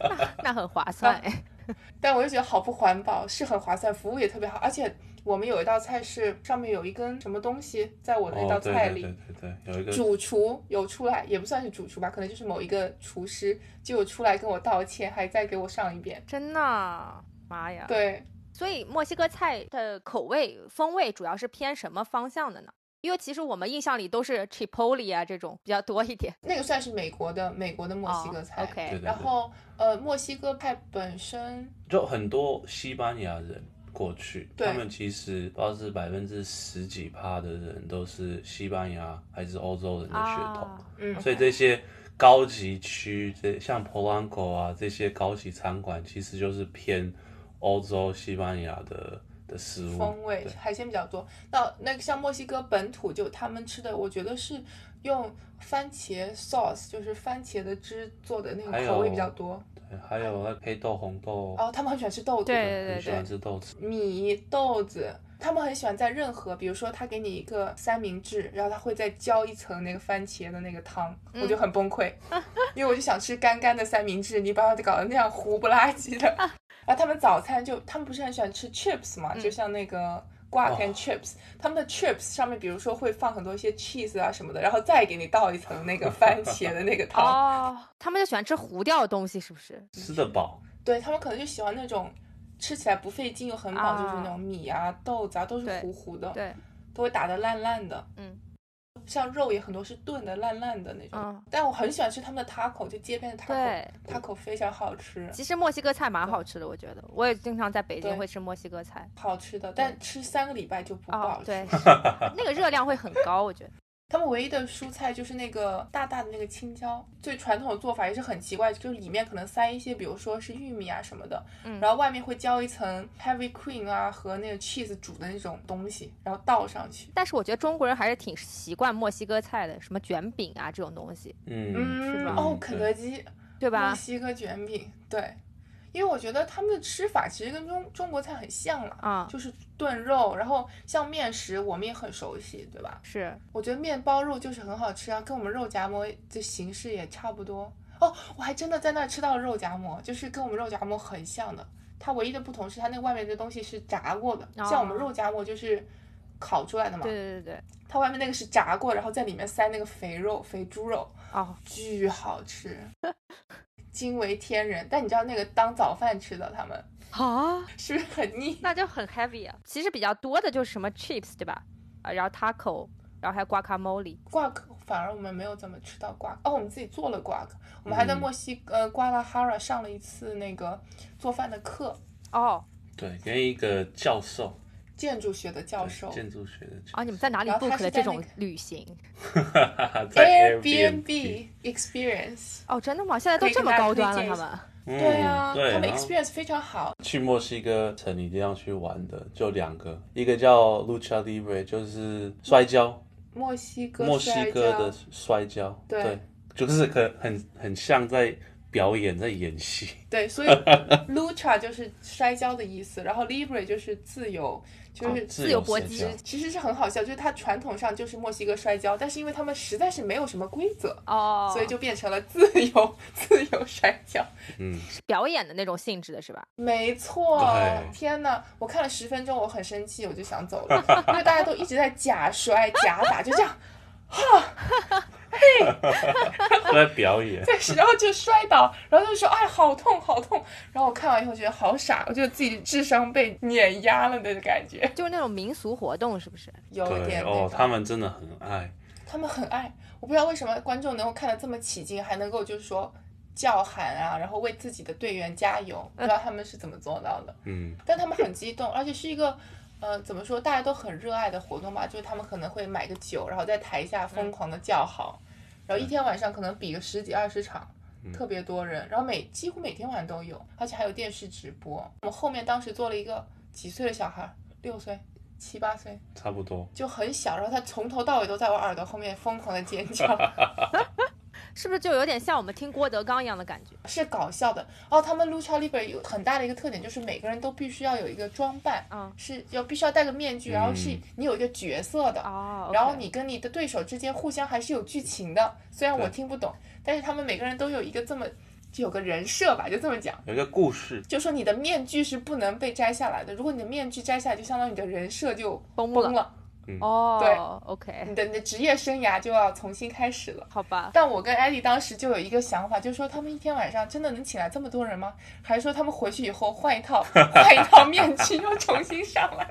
Speaker 1: 那那很划算
Speaker 2: 啊
Speaker 1: 哎，
Speaker 2: 但我就觉得好不环保，是很划算，服务也特别好，而且我们有一道菜是上面有一根什么东西，在我的那
Speaker 3: 哦，
Speaker 2: 道
Speaker 3: 对
Speaker 2: 菜
Speaker 3: 对
Speaker 2: 里，
Speaker 3: 对对对，有一个
Speaker 2: 主厨有出来，也不算是主厨吧，可能就是某一个厨师就有出来跟我道歉，还再给我上一遍。
Speaker 1: 真的啊，妈呀！
Speaker 2: 对，
Speaker 1: 所以墨西哥菜的口味风味主要是偏什么方向的呢？因为其实我们印象里都是 Chipotle 啊这种比较多一点。哦
Speaker 2: 那个算是美国的美国的墨西哥菜。
Speaker 1: o
Speaker 3: 对
Speaker 1: k
Speaker 3: 对对
Speaker 2: 欸然后呃，墨西哥菜本身
Speaker 3: 就很多西班牙人过去，
Speaker 2: 对
Speaker 3: 他们其实不知道是百分之十几趴的人都是西班牙还是欧洲人的血统，
Speaker 1: 啊，
Speaker 2: 嗯，
Speaker 3: 所以这些高级区，这像 Polanco 啊这些高级餐馆，其实就是偏欧洲、西班牙的的食物
Speaker 2: 风味
Speaker 3: 嗯对
Speaker 2: 海鲜比较多。那那个像墨西哥本土就他们吃的，我觉得是用番茄 sauce，就是番茄的汁做的那
Speaker 3: 还
Speaker 2: 个
Speaker 3: 有
Speaker 2: 口味比较多。
Speaker 3: 对还有那黑豆、红豆，
Speaker 2: 哦，他们很喜欢吃豆子，
Speaker 1: 对
Speaker 3: 很喜欢吃豆子，
Speaker 2: 米、豆子，他们很喜欢在任何，比如说他给你一个三明治，然后他会再浇一层那个番茄的那个汤，我
Speaker 1: 嗯
Speaker 2: 就很崩溃，因为我就想吃干干的三明治，你把我搞得那样糊不拉几的。
Speaker 1: 啊
Speaker 2: <laughs> 然后他们早餐就，他们不是很喜欢吃 chips 嘛，
Speaker 1: 嗯
Speaker 2: 就像那个。挂跟
Speaker 3: 哦
Speaker 2: chips，、他们的 chips 上面，比如说会放很多一些 cheese 啊什么的，然后再给你倒一层那个番茄的那个汤，
Speaker 1: 哦，他们就喜欢吃糊掉的东西，是不是？
Speaker 3: 吃得饱。
Speaker 2: 对他们可能就喜欢那种吃起来不费劲又很饱，就是那种米啊、豆子啊都是
Speaker 1: 对
Speaker 2: 糊糊的，
Speaker 3: 啊
Speaker 1: 对，
Speaker 2: 都会打得烂烂的。
Speaker 1: 嗯，
Speaker 2: 像肉也很多是炖的烂烂的那种。
Speaker 1: 嗯，
Speaker 2: 但我很喜欢吃他们的 taco，就街边的 taco，taco
Speaker 1: 对。
Speaker 2: 非常好吃，
Speaker 1: 其实墨西哥菜蛮好吃的，我觉得，我也经常在北京
Speaker 2: 对
Speaker 1: 会吃墨西哥菜。
Speaker 2: 好吃的，但吃三个礼拜就不
Speaker 1: 哦
Speaker 2: 饱，了。
Speaker 1: 对，是那个热量会
Speaker 2: <laughs>
Speaker 1: 很高，我觉得。
Speaker 2: 他们唯一的蔬菜就是那个大大的那个青椒，最传统的做法也是很奇怪，就是里面可能塞一些，比如说是玉米啊什么的，
Speaker 1: 嗯
Speaker 2: 然后外面会浇一层 heavy cream 啊和那个 cheese 煮的那种东西，然后倒上去。
Speaker 1: 但是我觉得中国人还是挺习惯墨西哥菜的，什么卷饼啊这种东西，
Speaker 3: 嗯，
Speaker 1: 是
Speaker 2: 嗯
Speaker 1: 吧
Speaker 2: 哦
Speaker 3: 嗯，
Speaker 2: 肯德
Speaker 3: 对
Speaker 2: 基，
Speaker 1: 对吧
Speaker 2: 墨？西哥卷饼，对，因为我觉得他们的吃法其实跟中中国菜很像了，
Speaker 1: 啊、
Speaker 2: 就是炖肉，然后像面食我们也很熟悉，对吧？
Speaker 1: 是
Speaker 2: 我觉得面包肉就是很好吃啊，跟我们肉夹馍的形式也差不多。哦，我还真的在那儿吃到了肉夹馍，就是跟我们肉夹馍很像的。它唯一的不同是它那个外面的东西是炸过的，
Speaker 1: 哦
Speaker 2: 像我们肉夹馍就是烤出来的嘛
Speaker 1: 对，对对对，
Speaker 2: 它外面那个是炸过，然后在里面塞那个肥肉、肥猪肉。
Speaker 1: 哦，
Speaker 2: 巨好吃，惊为天人。但你知道那个当早饭吃的，他们
Speaker 1: 好、啊。
Speaker 2: 是不是很腻？
Speaker 1: 那就很 heavy 啊。其实比较多的就是什么 chips 对吧？啊，然后 taco，然后还有 guacamole。
Speaker 2: 挂科反而我们没有怎么吃到挂科哦，我们自己做了挂科，我们还在
Speaker 3: 嗯
Speaker 2: 墨西哥、呃瓜拉哈拉上了一次那个做饭的课，
Speaker 1: 哦
Speaker 3: 对，跟一个教授，
Speaker 2: 建筑学的教授。
Speaker 3: 建筑学的教
Speaker 1: 哦，你们在哪里
Speaker 2: 然后他
Speaker 1: book
Speaker 2: 是
Speaker 1: 的
Speaker 2: 在
Speaker 1: 这种
Speaker 2: 那个
Speaker 1: 旅行？
Speaker 3: 授， <laughs> 在 Airbnb
Speaker 2: Airbnb experience，、
Speaker 1: 哦，真的吗？现在都
Speaker 2: 可以
Speaker 1: 这
Speaker 2: 跟
Speaker 1: 么
Speaker 2: 大家
Speaker 1: 高端了，
Speaker 2: 推荐
Speaker 1: 他
Speaker 2: 一下
Speaker 1: 们
Speaker 3: 嗯
Speaker 2: 对啊，
Speaker 3: 对，
Speaker 2: 他们
Speaker 3: 然后
Speaker 2: experience 非常好，
Speaker 3: 去墨西哥城一定要去玩的就两个，一个叫 Lucha Libre，就是摔跤，
Speaker 2: 墨西哥
Speaker 3: 墨西
Speaker 2: 摔
Speaker 3: 哥
Speaker 2: 跤
Speaker 3: 的摔跤，
Speaker 2: 对
Speaker 3: 就是很很很像在表演，在演戏。
Speaker 2: 对，
Speaker 3: <laughs>
Speaker 2: 所以 lucha 就是摔跤的意思，然后 libre 就是自由，就是
Speaker 3: 哦
Speaker 1: 自由搏
Speaker 3: 摔
Speaker 1: 击
Speaker 3: 跤
Speaker 2: 其实是很好笑，就是它传统上就是墨西哥摔跤，但是因为他们实在是没有什么规则，
Speaker 1: 哦，
Speaker 2: 所以就变成了自由自由摔跤。 <laughs>
Speaker 3: 嗯，
Speaker 1: 是表演的那种性质的是吧？
Speaker 2: 没错
Speaker 3: 对，
Speaker 2: 天哪！我看了十分钟，我很生气，我就想走了，因为大家都一直在假摔、假打，就这样，
Speaker 3: 都在表演。
Speaker 2: 对，然后就摔倒，然后就说哎，好痛，好痛。然后我看完以后觉得好傻，我觉得自己智商被碾压了的感觉，
Speaker 1: 就是那种民俗活动，是不是？
Speaker 2: 有一
Speaker 3: 对
Speaker 2: 点那
Speaker 3: 哦，
Speaker 2: 种
Speaker 3: 他们真的很爱，
Speaker 2: 他们很爱，我不知道为什么观众能够看得这么起劲，还能够就是说叫喊啊，然后为自己的队员加油，不知道他们是怎么做到的，
Speaker 3: 嗯，
Speaker 2: 但他们很激动，而且是一个呃，怎么说，大家都很热爱的活动吧，就是他们可能会买个酒，然后在台下疯狂的叫好，然后一天晚上可能比个十几二十场，特别多人，然后每几乎每天晚上都有，而且还有电视直播。我们后面当时做了一个几岁的小孩，六岁、七八岁，
Speaker 3: 差不多。
Speaker 2: 就很小，然后他从头到尾都在我耳朵后面疯狂的尖
Speaker 3: <laughs>
Speaker 2: 叫，
Speaker 1: 是不是就有点像我们听郭德纲一样的感觉？
Speaker 2: 是搞笑的。哦，他们 Lucha Libre 有很大的一个特点就是每个人都必须要有一个装扮，
Speaker 1: 嗯，
Speaker 2: 是要必须要戴个面具，然后是
Speaker 3: 嗯
Speaker 2: 你有一个角色的。
Speaker 1: 哦，OK，
Speaker 2: 然后你跟你的对手之间互相还是有剧情的，虽然我
Speaker 3: 对
Speaker 2: 听不懂，但是他们每个人都有一个这么就有个人设吧，就这么讲，
Speaker 3: 有一个故事，
Speaker 2: 就说你的面具是不能被摘下来的，如果你的面具摘下来，就相当于你的人设就
Speaker 1: 崩
Speaker 2: 崩
Speaker 1: 了，
Speaker 2: 了，
Speaker 1: 哦，OK，
Speaker 2: 你的你的职业生涯就要重新开始了。
Speaker 1: 好吧，
Speaker 2: 但我跟艾迪当时就有一个想法，就是说他们一天晚上真的能请来这么多人吗？还是说他们回去以后换一
Speaker 3: <laughs>
Speaker 2: 套换一套面具又重新上来？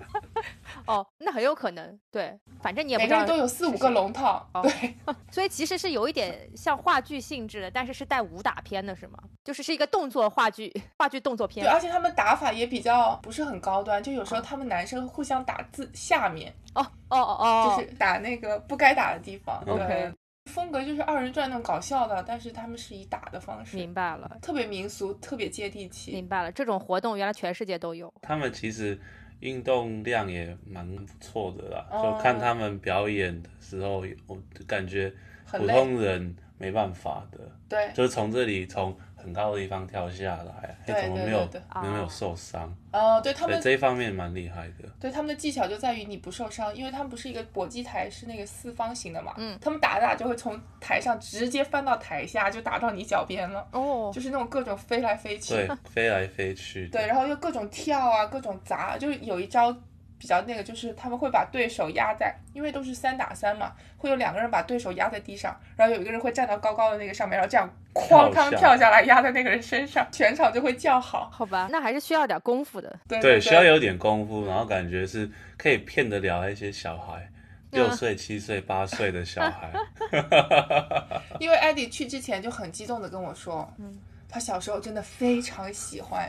Speaker 1: 哦，那很有可能，对，反正你也不
Speaker 2: 每
Speaker 1: 知
Speaker 2: 个
Speaker 1: 道
Speaker 2: 人都有四五个龙套，
Speaker 1: 哦
Speaker 2: 对，
Speaker 1: 所以其实是有一点像话剧性质的，但是是带武打片的，是吗？就是是一个动作话剧，话剧动作
Speaker 2: 对，
Speaker 1: 片。
Speaker 2: 啊而且他们打法也比较不是很高端，就有时候他们男生互相打字下面，
Speaker 1: 哦哦哦哦，
Speaker 2: 就是打那个不该打的地方。
Speaker 3: 嗯
Speaker 2: 对
Speaker 1: OK
Speaker 2: 风格就是二人转那种搞笑的，但是他们是以打的方式，
Speaker 1: 明白了，
Speaker 2: 特别民俗，特别接地气。
Speaker 1: 明白了。这种活动原来全世界都有。
Speaker 3: 他们其实运动量也蛮不错的啦。
Speaker 2: 哦
Speaker 3: 就看他们表演的时候，我感觉
Speaker 2: 很
Speaker 3: 普
Speaker 2: 累
Speaker 3: 通人没办法的，
Speaker 2: 对，
Speaker 3: 就是从这里从很高的地方跳下来，
Speaker 2: 对
Speaker 3: 哎，怎么没有
Speaker 2: 对对
Speaker 1: 对
Speaker 3: 没有
Speaker 1: 哦
Speaker 3: 受伤？
Speaker 2: 呃，对他
Speaker 3: 对
Speaker 2: 们
Speaker 3: 这一方面蛮厉害的。
Speaker 2: 对他们的技巧就在于你不受伤，因为他们不是一个搏击台，是那个四方形的嘛。
Speaker 1: 嗯
Speaker 2: 他们打着打着就会从台上直接翻到台下，就打到你脚边了，
Speaker 1: 哦
Speaker 2: 就是那种各种飞来飞去。
Speaker 3: 对，飞来飞去的。
Speaker 2: 对，然后又各种跳啊，各种砸，就是有一招比较那个，就是他们会把对手压在，因为都是三打三嘛，会有两个人把对手压在地上，然后有一个人会站到高高的那个上面，然后这样
Speaker 3: 跳
Speaker 2: 哐，他们
Speaker 3: 下
Speaker 2: 跳下来压在那个人身上，全场就会叫好。
Speaker 1: 好吧，那还是需要点功夫的。
Speaker 2: 对
Speaker 3: 对，
Speaker 2: 对，
Speaker 3: 需要有点功夫，然后感觉是可以骗得了一些小孩，
Speaker 1: 嗯
Speaker 3: 六岁、七岁、八岁的
Speaker 1: <laughs>
Speaker 3: 小孩。
Speaker 2: 因为艾迪去之前就很激动的跟我说，
Speaker 1: 嗯
Speaker 2: 他小时候真的非常喜
Speaker 1: <laughs>
Speaker 2: 欢，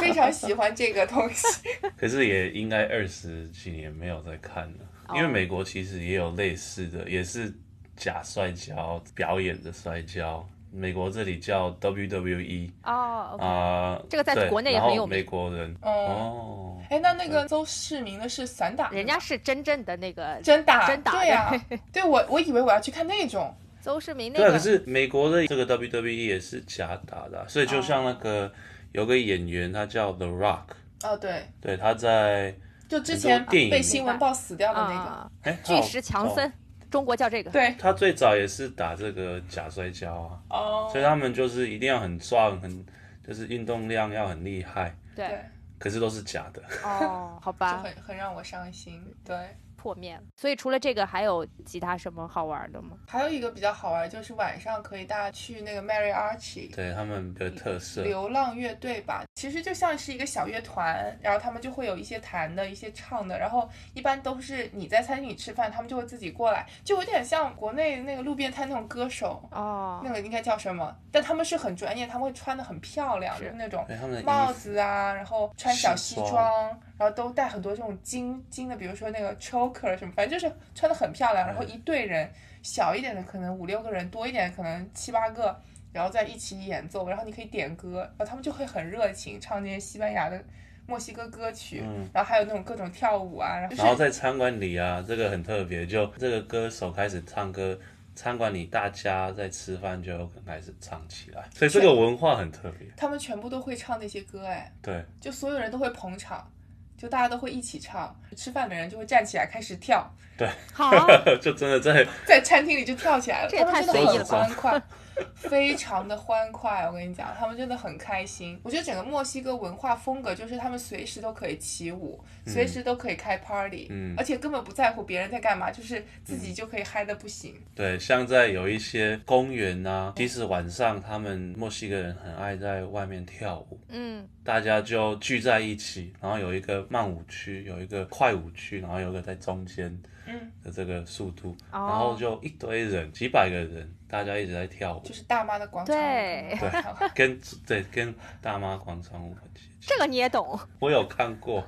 Speaker 2: 非常喜欢这个东西。
Speaker 3: 可是也应该二十几年没有在看了，
Speaker 1: 哦
Speaker 3: 因为美国其实也有类似的，也是假摔跤表演的摔跤，美国这里叫 WWE
Speaker 1: 哦，OK，
Speaker 3: 啊、
Speaker 1: 这个在
Speaker 3: 对
Speaker 1: 国内也
Speaker 3: 然后
Speaker 1: 很有名
Speaker 3: 美国人
Speaker 2: 嗯，
Speaker 3: 哦，
Speaker 2: 哎，那那个邹市明的是散打，
Speaker 1: 人家是真正的那个
Speaker 2: 真打，
Speaker 1: 真打
Speaker 2: 对呀、对我我以为我要去看那种，
Speaker 1: 邹市明那
Speaker 3: 对啊，
Speaker 1: 个
Speaker 3: 可是美国的这个 WWE 也是假打的啊，所以就像那
Speaker 1: 哦
Speaker 3: 个、有个演员，他叫 The Rock，
Speaker 2: 哦，对，
Speaker 3: 对，他在
Speaker 2: 就之前
Speaker 3: 很多电影
Speaker 2: 被新闻报死掉的那个，
Speaker 1: 啊，
Speaker 3: 哎
Speaker 1: 巨石强。
Speaker 3: 他有
Speaker 1: 森，中国叫这个。
Speaker 2: 对，
Speaker 3: 他最早也是打这个假摔跤啊，
Speaker 2: 哦，
Speaker 3: 所以他们就是一定要很壮，很就是运动量要很厉害，
Speaker 1: 对，
Speaker 2: 对，
Speaker 3: 可是都是假的。
Speaker 1: 哦，好
Speaker 2: 就
Speaker 1: 吧，
Speaker 2: 很很让我伤心。对，
Speaker 1: 破灭了。所以除了这个，还有其他什么好玩的吗？
Speaker 2: 还有一个比较好玩，就是晚上可以大家去那个 Mary Archie。
Speaker 3: 对他们的特色，
Speaker 2: 流浪乐队吧，其实就像是一个小乐团，然后他们就会有一些弹的、一些唱的，然后一般都是你在餐厅里吃饭，他们就会自己过来，就有点像国内那个路边摊那种歌手，
Speaker 1: 哦 <laughs>
Speaker 2: 那，个应该叫什么？但他们是很专业，他们会穿的很漂亮，
Speaker 1: 是
Speaker 2: 就是那种
Speaker 3: 对他们的衣服
Speaker 2: 帽子啊，然后穿小西
Speaker 3: 西
Speaker 2: 装，
Speaker 3: 装
Speaker 2: 然后都带很多这种金金的，比如说那个 choker 什么，反正就是穿的很漂亮。然后一队人，小一点的可能五六个人，多一点可能七八个，然后在一起演奏，然后你可以点歌，然后他们就会很热情，唱那些西班牙的、墨西哥歌曲，
Speaker 3: 嗯
Speaker 2: 然后还有那种各种跳舞啊，然后、就是、
Speaker 3: 然后在餐馆里啊，这个很特别，就这个歌手开始唱歌，餐馆里大家在吃饭就有可能开始唱起来，所以这个文化很特别。
Speaker 2: 他们全部都会唱那些歌，哎，
Speaker 3: 对， <laughs>
Speaker 2: 就所有人都会捧场。就大家都会一起唱，吃饭的人就会站起来开始跳，
Speaker 1: <laughs> 好，
Speaker 3: 就真的在
Speaker 2: <laughs> 在餐厅里就跳起来了，
Speaker 1: 这也
Speaker 2: 他们
Speaker 1: 太
Speaker 2: 真的
Speaker 1: 随
Speaker 2: 很
Speaker 3: 意了吧
Speaker 2: 欢快，非常的欢快。我跟你讲，他们真的很开心。我觉得整个墨西哥文化风格就是他们随时都可以起舞，随时都可以开 party，、
Speaker 3: 嗯
Speaker 2: 而且根本不在乎别人在干嘛，就是自己就可以嗨的不行。
Speaker 3: 对，像在有一些公园啊，即使晚上他们墨西哥人很爱在外面跳舞，
Speaker 1: 嗯，
Speaker 3: 大家就聚在一起，然后有一个慢舞区，有一个快舞区，然后有一个在中间
Speaker 2: 嗯，
Speaker 3: 的这个速度，
Speaker 1: 哦
Speaker 3: 然后就一堆人，几百个人，大家一直在跳舞
Speaker 2: 就，是大妈的广场舞。
Speaker 1: 对
Speaker 2: 广场舞
Speaker 3: 跟对跟大妈广场舞很接近。
Speaker 1: 这个你也懂。
Speaker 3: 我有看过，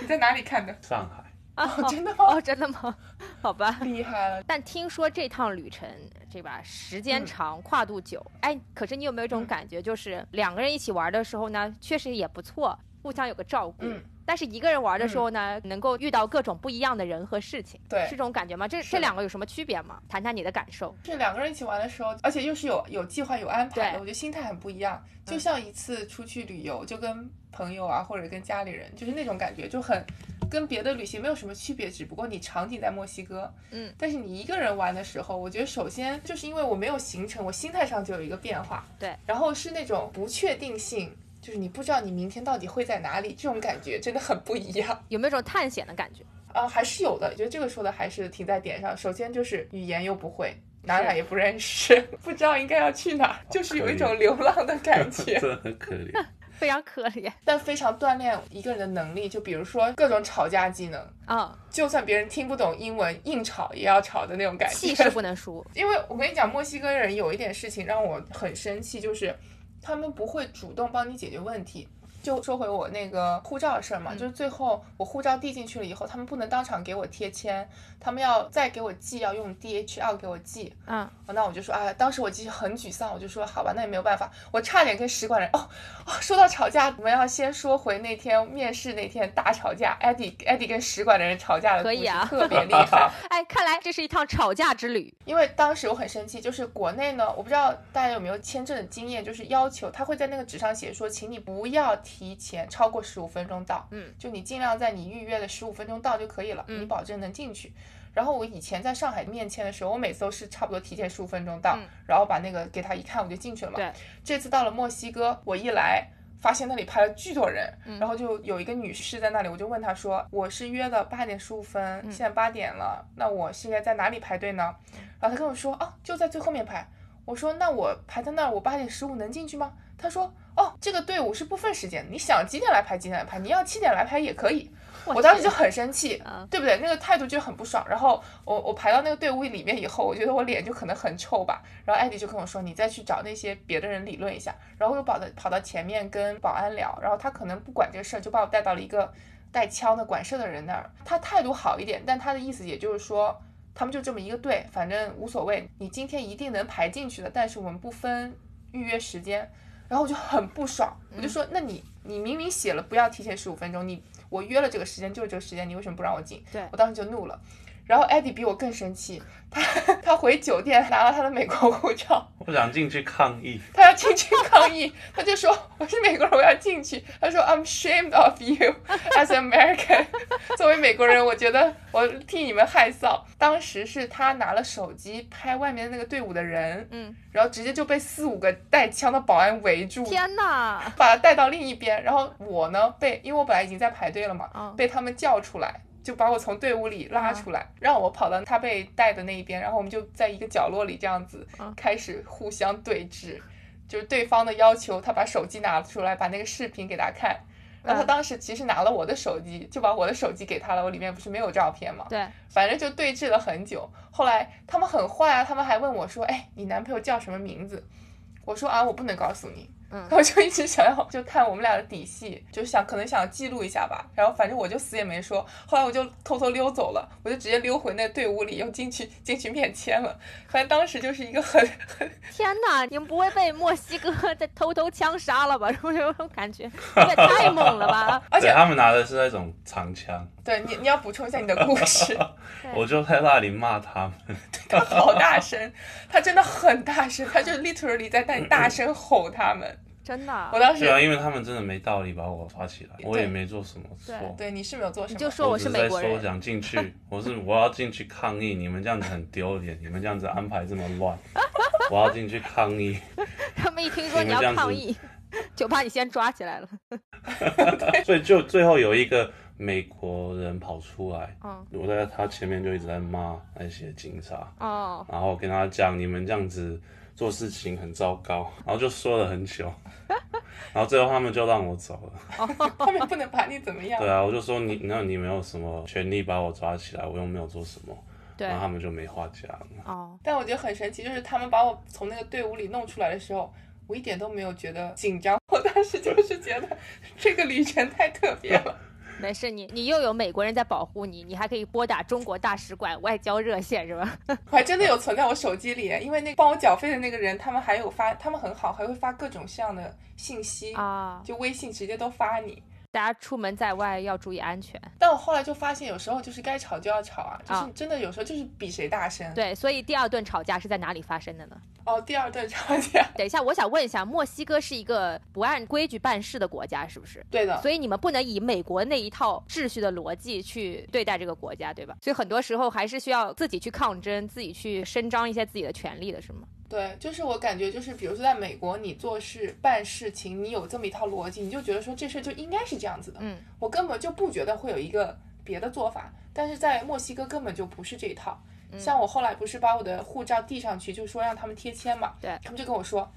Speaker 2: 你在哪里看
Speaker 1: <laughs>
Speaker 2: 的？
Speaker 3: 上海， <laughs>
Speaker 1: 啊，
Speaker 2: 哦，真的吗？
Speaker 1: <laughs> 哦，真的吗？好吧。
Speaker 2: 厉害了！
Speaker 1: 但听说这趟旅程，对吧？时间长，跨度久。哎，可是你有没有一种
Speaker 2: 嗯
Speaker 1: 感觉，就是两个人一起玩的时候呢，确实也不错，互相有个照顾。
Speaker 2: 嗯
Speaker 1: 但是一个人玩的时候呢，能够遇到各种不一样的人和事情，
Speaker 2: 对
Speaker 1: 是这种感觉吗？这
Speaker 2: 是
Speaker 1: 这两个有什么区别吗？谈谈你的感受。
Speaker 2: 是两个人一起玩的时候，而且又是有有计划、有安排的，
Speaker 1: 对嗯
Speaker 2: 我觉得心态很不一样。就像一次出去旅游，就跟朋友啊，或者跟家里人，就是那种感觉，就很跟别的旅行没有什么区别，只不过你场景在墨西哥。
Speaker 1: 嗯，
Speaker 2: 但是你一个人玩的时候，我觉得首先就是因为我没有行程，我心态上就有一个变化。
Speaker 1: 对，
Speaker 2: 然后是那种不确定性。就是你不知道你明天到底会在哪里，这种感觉真的很不一样。
Speaker 1: 有没有一种探险的感觉？
Speaker 2: 啊，还是有的。我觉得这个说的还是挺在点上。首先就是语言又不会，哪哪也不认识， <laughs> 不知道应该要去哪儿，就是有一种流浪的感觉 <laughs>
Speaker 3: 真。的很可怜。
Speaker 1: 非常可怜
Speaker 2: 但非常锻炼一个人的能力，就比如说各种吵架技能，
Speaker 1: 啊、
Speaker 2: 就算别人听不懂英文，硬吵也要吵的那种感
Speaker 1: 气
Speaker 2: 觉。
Speaker 1: 势不能 <laughs> 输。
Speaker 2: 因为我跟你讲，墨西哥人有一点事情让我很生气，就是他们不会主动帮你解决问题。就说回我那个护照的事儿嘛，
Speaker 1: 嗯
Speaker 2: 就是最后我护照递进去了以后，他们不能当场给我贴签，他们要再给我寄，要用 DHL 给我寄。
Speaker 1: 嗯，
Speaker 2: 那我就说，哎，当时我其实很沮丧，我就说，好吧，那也没有办法。我差点跟使馆人哦哦，说到吵架，我们要先说回那天面试那天大吵架艾迪艾迪跟使馆的人吵架的故
Speaker 1: 可
Speaker 2: 事，
Speaker 1: 以啊
Speaker 2: 特别厉害。
Speaker 1: <laughs> 哎，看来这是一趟吵架之旅。
Speaker 2: 因为当时我很生气，就是国内呢，我不知道大家有没有签证的经验，就是要求他会在那个纸上写说，请你不要提前超过十五分钟到，
Speaker 1: 嗯，
Speaker 2: 就你尽量在你预约的十五分钟到就可以了，
Speaker 1: 嗯
Speaker 2: 你保证能进去。然后我以前在上海面签的时候，我每次都是差不多提前十五分钟到，
Speaker 1: 嗯
Speaker 2: 然后把那个给他一看我就进去了嘛。
Speaker 1: 对，
Speaker 2: 这次到了墨西哥，我一来。发现那里排了巨多人，
Speaker 1: 嗯
Speaker 2: 然后就有一个女士在那里，我就问她说：“我是约的八点十五分，
Speaker 1: 嗯
Speaker 2: 现在八点了，那我是应该在哪里排队呢？”然后他跟我说啊，就在最后面排。我说那我排在那儿，我八点十五能进去吗？他说哦，这个队伍是不分时间的，你想几点来排几点来排，你要七点来排也可以。我当时就很生气
Speaker 1: 啊，
Speaker 2: 对不对？那个态度就很不爽。然后我我排到那个队伍里面以后，我觉得我脸就可能很臭吧。然后艾迪就跟我说，你再去找那些别的人理论一下。然后我又跑到跑到前面跟保安聊，然后他可能不管这个事儿，就把我带到了一个带枪的管事儿的人那儿。他态度好一点，但他的意思也就是说，他们就这么一个队，反正无所谓，你今天一定能排进去的，但是我们不分预约时间。然后我就很不爽，我就说，那你你明明写了不要提前十五分钟，你我约了这个时间就是这个时间，你为什么不让我进？
Speaker 1: 对
Speaker 2: 我当时就怒了。然后艾迪比我更生气，他 <laughs> 他回酒店拿了他的美国护照， <laughs>
Speaker 3: 我想进去抗议，
Speaker 2: 他要进去抗议， <laughs> 他就说我是美国人，我要进去。他说 I'm ashamed of you as an American。作 <laughs> 为美国人，我觉得我替你们害臊。当时是他拿了手机拍外面那个队伍的人，
Speaker 1: 嗯，
Speaker 2: 然后直接就被四五个带枪的保安围住，
Speaker 1: 天啊 <laughs> 哪！
Speaker 2: 把他带到另一边。然后我呢被，因为我本来已经在排队了嘛，
Speaker 1: 嗯
Speaker 2: 被他们叫出来。就把我从队伍里拉出来，让我跑到他被带的那一边，然后我们就在一个角落里这样子
Speaker 1: 嗯
Speaker 2: 开始互相对峙，就是对方的要求，他把手机拿出来，把那个视频给他看，然后
Speaker 1: 嗯
Speaker 2: 他当时其实拿了我的手机，就把我的手机给他了，我里面不是没有照片嘛，
Speaker 1: 对，
Speaker 2: 反正就对峙了很久。后来他们很坏啊，他们还问我说：“哎，你男朋友叫什么名字？”我说：“啊，我不能告诉你。”
Speaker 1: 嗯
Speaker 2: 然后就一直想要就看我们俩的底细，就想可能想记录一下吧。然后反正我就死也没说。后来我就偷偷溜走了，我就直接溜回那队伍里，又进去进去面签了。反正当时就是一个很很 <laughs>
Speaker 1: 天哪！你们不会被墨西哥在偷偷枪杀了吧？ <laughs> 这种感觉，这也太猛了吧！
Speaker 2: 而且
Speaker 3: 对他们拿的是那种长枪，
Speaker 2: 对你你要补充一下你的故事，
Speaker 1: 对
Speaker 3: 我就在那里骂他们。
Speaker 2: 他好大声，他真的很大声，他就 literally 在那里大声吼他们。
Speaker 1: 真 <laughs>
Speaker 2: 我
Speaker 1: 的，
Speaker 2: 当
Speaker 3: 对
Speaker 2: 时
Speaker 3: 啊，因为他们真的没道理把我抓起来，我也没做什么错。
Speaker 2: 对你是没有做什
Speaker 1: 你
Speaker 2: 么，
Speaker 1: 就说我
Speaker 3: 只
Speaker 1: 是
Speaker 3: 是
Speaker 1: 美
Speaker 3: 在
Speaker 1: 国
Speaker 3: 说我
Speaker 1: 人，
Speaker 3: 想
Speaker 1: <laughs>
Speaker 3: 进去，我是我要进去抗议，你们这样子很丢脸，你们这样子安排这么
Speaker 1: <laughs>
Speaker 3: 乱，我要进去抗议。
Speaker 1: 他们一听说
Speaker 3: 你们
Speaker 1: 你要
Speaker 3: 这样子
Speaker 1: 抗议，就把你先抓起来了。
Speaker 3: 所以就最后有一个美国人跑出来，
Speaker 1: 嗯，
Speaker 3: 我在他前面就一直在骂那些警察，
Speaker 1: <laughs> 哦，
Speaker 3: 然后跟他讲你们这样子做事情很糟糕，然后就说了
Speaker 1: <laughs>
Speaker 3: 很久，然后最后他们就让我走了。
Speaker 2: <laughs> 他们不能把你怎
Speaker 1: 哎
Speaker 2: 么样
Speaker 3: 对。啊，我就说你那你没有什么权利把我抓起来，我又没有做什么，
Speaker 1: 对
Speaker 3: 然，后他们就没话讲了。
Speaker 1: 哦，
Speaker 2: 但我觉得很神奇，就是他们把我从那个队伍里弄出来的时候，我一点都没有觉得紧张，我当时就是觉得这个旅程太特别了。
Speaker 1: 没事，你你又有美国人在保护你，你还可以拨打中国大使馆外交热线，是吧？
Speaker 2: 我还真的有存在我手机里，因为那个帮我缴费的那个人，他们还有发，他们很好，还会发各种各样的信息，
Speaker 1: 啊，
Speaker 2: 就微信直接都发你。
Speaker 1: 大家出门在外要注意安全。
Speaker 2: 但我后来就发现，有时候就是该吵就要吵啊，就
Speaker 1: 啊
Speaker 2: 是真的有时候就是比谁大声。
Speaker 1: 对，所以第二顿吵架是在哪里发生的呢？
Speaker 2: 哦，第二顿吵架， <laughs>
Speaker 1: 等一下，我想问一下，墨西哥是一个不按规矩办事的国家，是不是？
Speaker 2: 对的，
Speaker 1: 所以你们不能以美国那一套秩序的逻辑去对待这个国家，对吧？所以很多时候还是需要自己去抗争，自己去伸张一些自己的权利的，是吗？
Speaker 2: 对，就是我感觉就是，比如说在美国，你做事办事情，你有这么一套逻辑，你就觉得说这事儿就应该是这样子的，
Speaker 1: 嗯，
Speaker 2: 我根本就不觉得会有一个别的做法。但是在墨西哥根本就不是这一套。
Speaker 1: 嗯
Speaker 2: 像我后来不是把我的护照递上去，就说让他们贴签嘛，
Speaker 1: 对
Speaker 2: 他们就跟我说，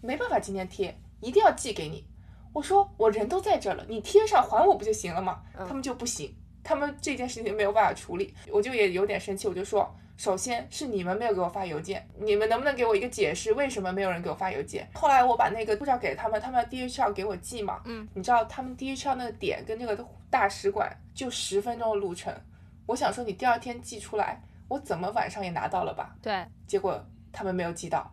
Speaker 2: 没办法今天贴，一定要寄给你。我说我人都在这儿了，你贴上还我不就行了吗？
Speaker 1: 嗯
Speaker 2: 他们就不行，他们这件事情没有办法处理，我就也有点生气，我就说，首先是你们没有给我发邮件，你们能不能给我一个解释，为什么没有人给我发邮件？后来我把那个护照给他们，他们 DHL 给我寄嘛，
Speaker 1: 嗯，
Speaker 2: 你知道他们 DHL 那个点跟这个大使馆就十分钟的路程，我想说你第二天寄出来，我怎么晚上也拿到了吧？
Speaker 1: 对，
Speaker 2: 结果他们没有寄到，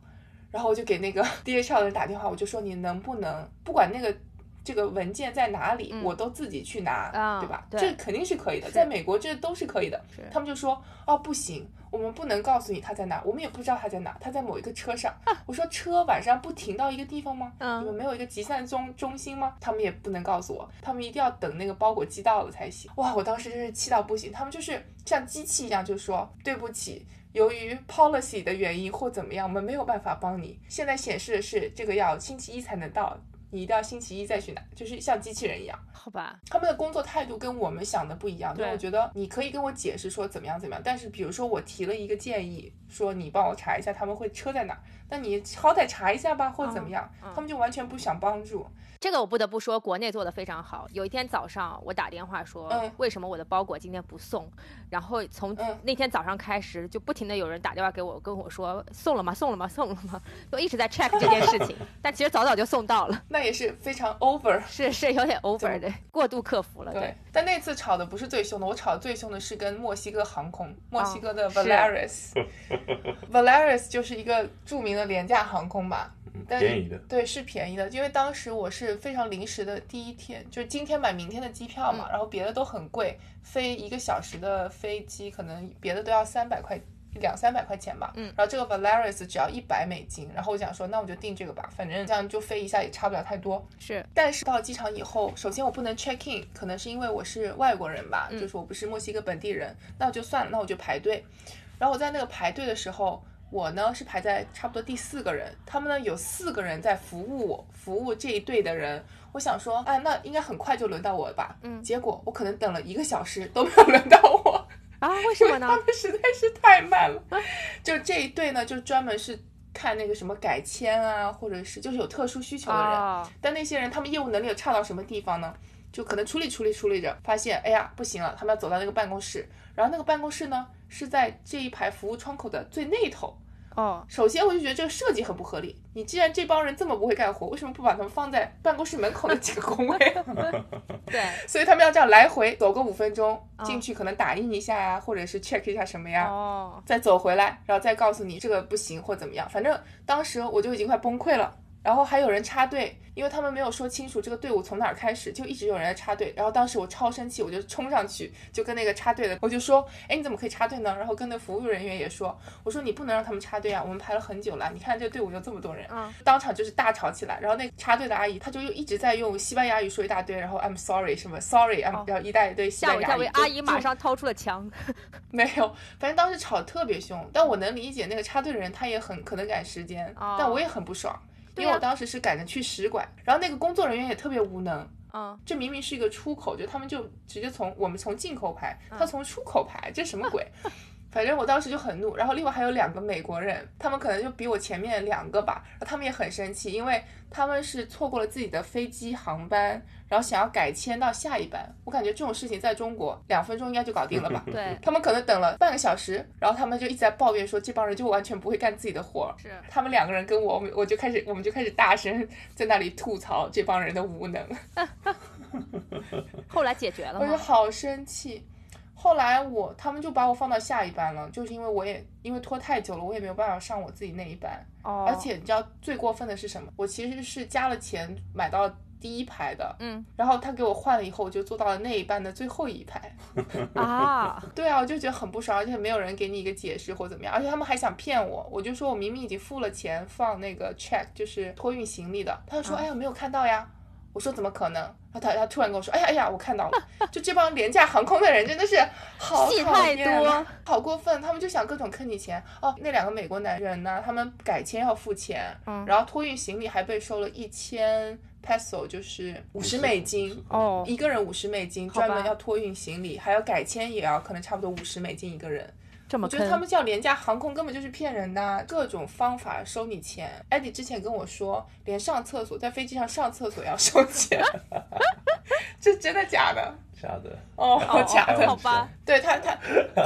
Speaker 2: 然后我就给那个 <laughs> DHL 的人打电话，我就说你能不能不管那个这个文件在哪里，
Speaker 1: 嗯
Speaker 2: 我都自己去拿，
Speaker 1: 啊
Speaker 2: 对吧？
Speaker 1: 对
Speaker 2: 这肯定是可以的，
Speaker 1: 是
Speaker 2: 在美国这都是可以的。
Speaker 1: 是
Speaker 2: 他们就说哦不行，我们不能告诉你他在哪，我们也不知道他在哪，他在某一个车上。
Speaker 1: 啊
Speaker 2: 我说车晚上不停到一个地方吗？你们
Speaker 1: 嗯，
Speaker 2: 没有一个集散中中心吗？他们也不能告诉我，他们一定要等那个包裹寄到了才行。哇，我当时真是气到不行，他们就是像机器一样，就说对不起，由于 policy 的原因或怎么样，我们没有办法帮你。现在显示的是这个要星期一才能到，你一定要星期一再去拿，就是像机器人一样。
Speaker 1: 好吧，
Speaker 2: 他们的工作态度跟我们想的不一样，就
Speaker 1: 对
Speaker 2: 我觉得你可以跟我解释说怎么样怎么样，但是比如说我提了一个建议，说你帮我查一下他们会车在哪儿，那你好歹查一下吧，或者怎么样，
Speaker 1: 嗯嗯
Speaker 2: 他们就完全不想帮助。
Speaker 1: 这个我不得不说，国内做的非常好。有一天早上，我打电话说
Speaker 2: 嗯，
Speaker 1: 为什么我的包裹今天不送？然后从
Speaker 2: 嗯
Speaker 1: 那天早上开始，就不停的有人打电话给我，跟我说送了吗？送了吗？送了吗？就一直在 check 这件事
Speaker 2: <laughs>
Speaker 1: 情，但其实早早就送到了，
Speaker 2: 那也是非常 over。
Speaker 1: 是是有点
Speaker 2: 怎
Speaker 1: over
Speaker 2: 么
Speaker 1: 的，过度克服了， <laughs> 对
Speaker 2: 对，但那次吵的不是最凶的，我吵的最凶的是跟墨西哥航空，墨西哥的
Speaker 1: 哦是
Speaker 2: Volaris，Volaris、Volaris 就是一个著名的廉价航空吧，但是
Speaker 3: 嗯便宜的。
Speaker 2: 对，是便宜的，因为当时我是非常临时的，第一天就是今天买明天的机票嘛，然后别的都很贵，飞一个小时的飞机可能别的都要三百块。两三百块钱吧，
Speaker 1: 嗯
Speaker 2: 然后这个 Valeris 只要一百美金，然后我想说，那我就订这个吧，反正这样就飞一下也差不了太多。
Speaker 1: 是
Speaker 2: 但是到机场以后，首先我不能 check in，可能是因为我是外国人吧，
Speaker 1: 嗯
Speaker 2: 就是我不是墨西哥本地人，那我就算了，那我就排队。然后我在那个排队的时候，我呢是排在差不多第四个人，他们呢有四个人在服务我，服务这一队的人。我想说，哎，那应该很快就轮到我了吧？
Speaker 1: 嗯
Speaker 2: 结果我可能等了一个小时都没有轮到我。
Speaker 1: 啊？为什么呢
Speaker 2: 他？们实在是太慢了。就这一队呢，就专门是看那个什么改签啊，或者是就是有特殊需求的人。
Speaker 1: 哦，
Speaker 2: 但那些人他们业务能力有差到什么地方呢？就可能处理处理处理着，发现哎呀不行了，他们要走到那个办公室，然后那个办公室呢是在这一排服务窗口的最那头。
Speaker 1: 哦，
Speaker 2: 首先我就觉得这个设计很不合理，你既然这帮人这么不会干活，为什么不把他们放在办公室门口的几个工位 <laughs> 啊？ <laughs>
Speaker 1: 对，
Speaker 2: 所以他们要这样来回走个五分钟，
Speaker 1: 哦
Speaker 2: 进去可能打印一下呀、或者是 check 一下什么呀，
Speaker 1: 哦，
Speaker 2: 再走回来，然后再告诉你这个不行或怎么样。反正当时我就已经快崩溃了。然后还有人插队，因为他们没有说清楚这个队伍从哪儿开始，就一直有人在插队。然后当时我超生气，我就冲上去，就跟那个插队的，我就说：“哎，你怎么可以插队呢？”然后跟那服务人员也说：“我说你不能让他们插队啊，我们排了很久了，你看这队伍有这么多人。”
Speaker 1: 嗯，
Speaker 2: 当场就是大吵起来。然后那插队的阿姨，她就又一直在用西班牙语说一大堆，然后 I'm sorry 什么 sorry，I'm、
Speaker 1: 哦
Speaker 2: 然后一大堆西
Speaker 1: 吓
Speaker 2: 班
Speaker 1: 我一跳，为。
Speaker 2: 牙语就
Speaker 1: 阿姨马
Speaker 2: 就
Speaker 1: 上掏出了枪，
Speaker 2: <laughs> 没有，反正当时吵得特别凶，但我能理解那个插队的人，他也很可能赶时间，
Speaker 1: 哦
Speaker 2: 但我也很不爽，因
Speaker 1: 对
Speaker 2: 为
Speaker 1: 啊
Speaker 2: 我当时是赶着去使馆，然后那个工作人员也特别无能，
Speaker 1: 嗯，
Speaker 2: 这明明是一个出口，就他们就直接从我们从进口排，
Speaker 1: 嗯
Speaker 2: 他从出口排，这什么鬼？ <laughs> 反正我当时就很怒，然后另外还有两个美国人，他们可能就比我前面两个吧，然后他们也很生气，因为他们是错过了自己的飞机航班，然后想要改签到下一班。我感觉这种事情在中国两分钟应该就搞定了吧？ <laughs>
Speaker 1: 对，
Speaker 2: 他们可能等了半个小时，然后他们就一直在抱怨说这帮人就完全不会干自己的活儿。
Speaker 1: 是。
Speaker 2: 他们两个人跟我，我们我就开始我们就开始大声在那里吐槽这帮人的无能。
Speaker 1: 后来解决了
Speaker 2: 我就
Speaker 1: 吗？
Speaker 2: 好生气。后来我他们就把我放到下一班了，就是因为我也因为拖太久了，我也没有办法上我自己那一班。
Speaker 1: 哦，
Speaker 2: 而且你知道最过分的是什么？我其实是加了钱买到第一排的，
Speaker 1: 嗯
Speaker 2: 然后他给我换了以后，我就坐到了那一半的最后一排。
Speaker 1: 啊，
Speaker 2: 对啊，我就觉得很不爽，而且没有人给你一个解释或怎么样，而且他们还想骗我。我就说我明明已经付了钱放那个 check，就是托运行李的，他就说、
Speaker 1: 啊
Speaker 2: 哎呀没有看到呀。我说怎么可能？然后他他突然跟我说，哎呀哎呀，我看到了。就这帮廉价航空的人真的是好
Speaker 1: 戏
Speaker 2: 讨
Speaker 1: 太
Speaker 2: 厌啊
Speaker 1: 多，
Speaker 2: 好过分，他们就想各种坑你钱。哦，那两个美国男人呢，他们改签要付钱，
Speaker 1: 嗯
Speaker 2: 然后托运行李还被收了一千 peso，就是五十美金。 <laughs>
Speaker 1: 哦，
Speaker 2: 一个人五十美金，
Speaker 1: 好吧
Speaker 2: 专门要托运行李，还要改签也要，可能差不多五十美金一个人。
Speaker 1: 这么
Speaker 2: 我觉得他
Speaker 1: 坑
Speaker 2: 们叫廉价航空根本就是骗人的啊，各种方法收你钱。艾迪之前跟我说，连上厕所在飞机上上厕所要收钱， <laughs> 这真的假的？
Speaker 3: 假的，
Speaker 2: 哦，
Speaker 1: 哦，
Speaker 2: <laughs> 假的，
Speaker 1: 好吧，
Speaker 2: 对他，他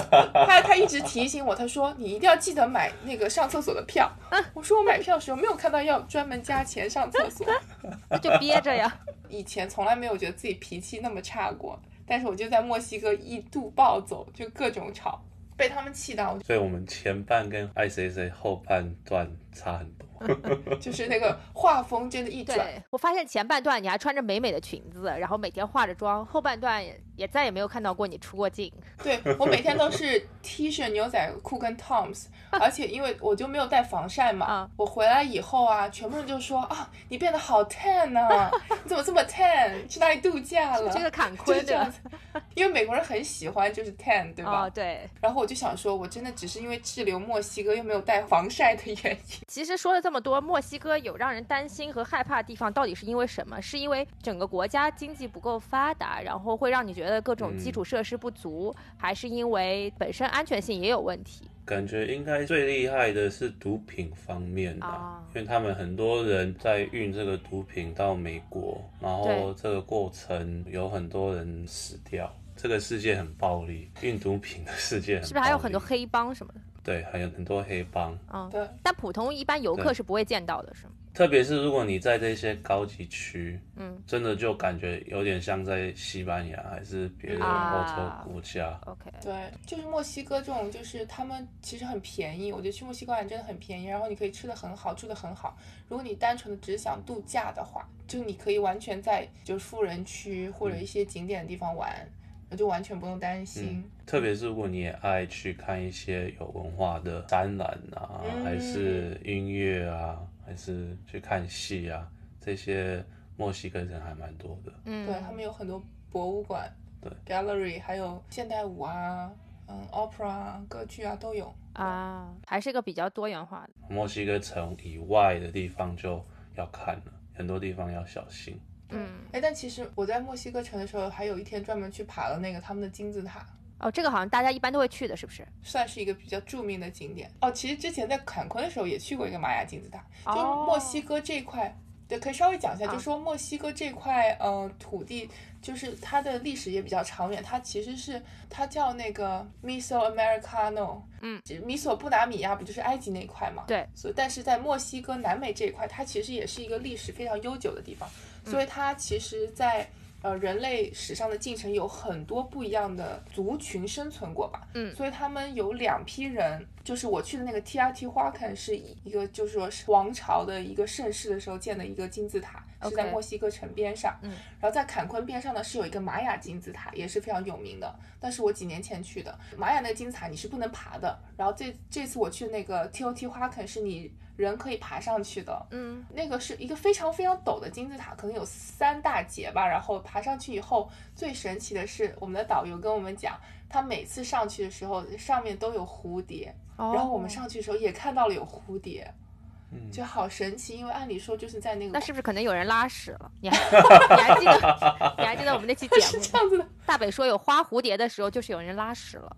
Speaker 2: 他他一直提醒我，他说你一定要记得买那个上厕所的票。我说我买票的时候没有看到要专门加钱上厕所，
Speaker 1: 那就憋着
Speaker 2: <laughs>
Speaker 1: 呀。
Speaker 2: 以前从来没有觉得自己脾气那么差过，但是我就在墨西哥一度暴走，就各种吵，被他们气到，
Speaker 3: 所以我们前半跟爱谁谁后半段差很多。
Speaker 2: 就是那个画风真的一转。
Speaker 1: 对我发现前半段你还穿着美美的裙子，然后每天化着妆，后半段也也再也没有看到过你出过镜。
Speaker 2: 对我每天都是 T 恤、牛仔裤跟
Speaker 1: <laughs>
Speaker 2: Toms，而且因为我就没有带防晒嘛，
Speaker 1: 啊
Speaker 2: 我回来以后啊，全部人就说啊，你变得好 tan 啊，你怎么这么 tan？去哪里度假了？
Speaker 1: 这个坎
Speaker 2: <laughs> 就
Speaker 1: 昆
Speaker 2: 是这
Speaker 1: 对
Speaker 2: 样
Speaker 1: 吧？
Speaker 2: 子，因为美国人很喜欢就是 tan，对吧？
Speaker 1: 哦，对，
Speaker 2: 然后我就想说，我真的只是因为滞留墨西哥又没有带防晒的原因，
Speaker 1: 其实说了这么多，墨西哥有让人担心和害怕的地方，到底是因为什么？是因为整个国家经济不够发达，然后会让你觉得各种基础设施不足，还是因为本身安全性也有问题？
Speaker 3: 感觉应该最厉害的是毒品方面的、
Speaker 1: 啊
Speaker 3: 因为他们很多人在运这个毒品到美国，然后
Speaker 1: 对
Speaker 3: 这个过程有很多人死掉。这个世界很暴力，运毒品的世界很暴力
Speaker 1: 是不是还有很多？黑帮什么的？
Speaker 3: 对，还有很多黑帮。
Speaker 1: 嗯，
Speaker 2: 对，
Speaker 1: 但普通一般游客
Speaker 3: 对
Speaker 1: 是不会见到的，是吗？
Speaker 3: 特别是如果你在这些高级区，
Speaker 1: 嗯
Speaker 3: 真的就感觉有点像在西班牙还是别的欧
Speaker 1: 啊
Speaker 3: 洲国家。
Speaker 1: ，OK，
Speaker 2: 对，就是墨西哥这种，就是他们其实很便宜，我觉得去墨西哥玩真的很便宜，然后你可以吃的很好，住的很好。如果你单纯的只想度假的话，就你可以完全在就是富人区或者一些景点的地方玩，我就完全不用担心。
Speaker 3: 特别是如果你也爱去看一些有文化的展览啊，
Speaker 2: 嗯
Speaker 3: 还是音乐啊，还是去看戏啊，这些墨西哥人还蛮多的。
Speaker 1: 嗯，
Speaker 2: 对他们有很多博物馆，
Speaker 3: 对
Speaker 2: gallery，还有现代舞啊，嗯，opera 啊，歌剧啊都有。
Speaker 1: 啊，还是一个比较多元化的。
Speaker 3: 墨西哥城以外的地方就要看了，很多地方要小心。
Speaker 1: 嗯，
Speaker 2: 哎，但其实我在墨西哥城的时候，还有一天专门去爬了那个他们的金字塔，
Speaker 1: 哦，这个好像大家一般都会去的，是不是？
Speaker 2: 算是一个比较著名的景点。哦，其实之前在坎昆的时候也去过一个玛雅金字塔，就
Speaker 1: 哦
Speaker 2: 墨西哥这一块。对，可以稍微讲一下，
Speaker 1: 啊
Speaker 2: 就说墨西哥这块，呃，土地就是它的历史也比较长远，它其实是它叫那个 Mesoamericano，
Speaker 1: 嗯，
Speaker 2: 米索不达米亚不就是埃及那一块嘛？
Speaker 1: 对
Speaker 2: 所以但是在墨西哥南美这一块，它其实也是一个历史非常悠久的地方，所以它其实在，呃人类史上的进程有很多不一样的族群生存过吧。
Speaker 1: 嗯
Speaker 2: 所以他们有两批人，就是我去的那个 T R T 花肯是一个就是说是王朝的一个盛世的时候建的一个金字塔，是在
Speaker 1: OK
Speaker 2: 墨西哥城边上。
Speaker 1: 嗯，
Speaker 2: 然后在坎昆边上呢是有一个玛雅金字塔，也是非常有名的。但是我几年前去的玛雅那个金字塔你是不能爬的，然后这这次我去那个 T O T 花肯是你人可以爬上去的。
Speaker 1: 嗯，
Speaker 2: 那个是一个非常非常陡的金字塔，可能有三大节吧。然后爬上去以后，最神奇的是我们的导游跟我们讲，他每次上去的时候，上面都有蝴蝶。
Speaker 1: 哦，
Speaker 2: 然后我们上去的时候也看到了有蝴蝶，
Speaker 3: 嗯，
Speaker 2: 就好神奇。因为按理说就是在那个
Speaker 1: 哦那是不是可能有人拉屎了？
Speaker 2: <laughs>
Speaker 1: 你还你还记得你还记得我们那期节
Speaker 2: 是
Speaker 1: 目
Speaker 2: <laughs> 这样子的，
Speaker 1: 大北说有花蝴蝶的时候，就是有人拉屎了。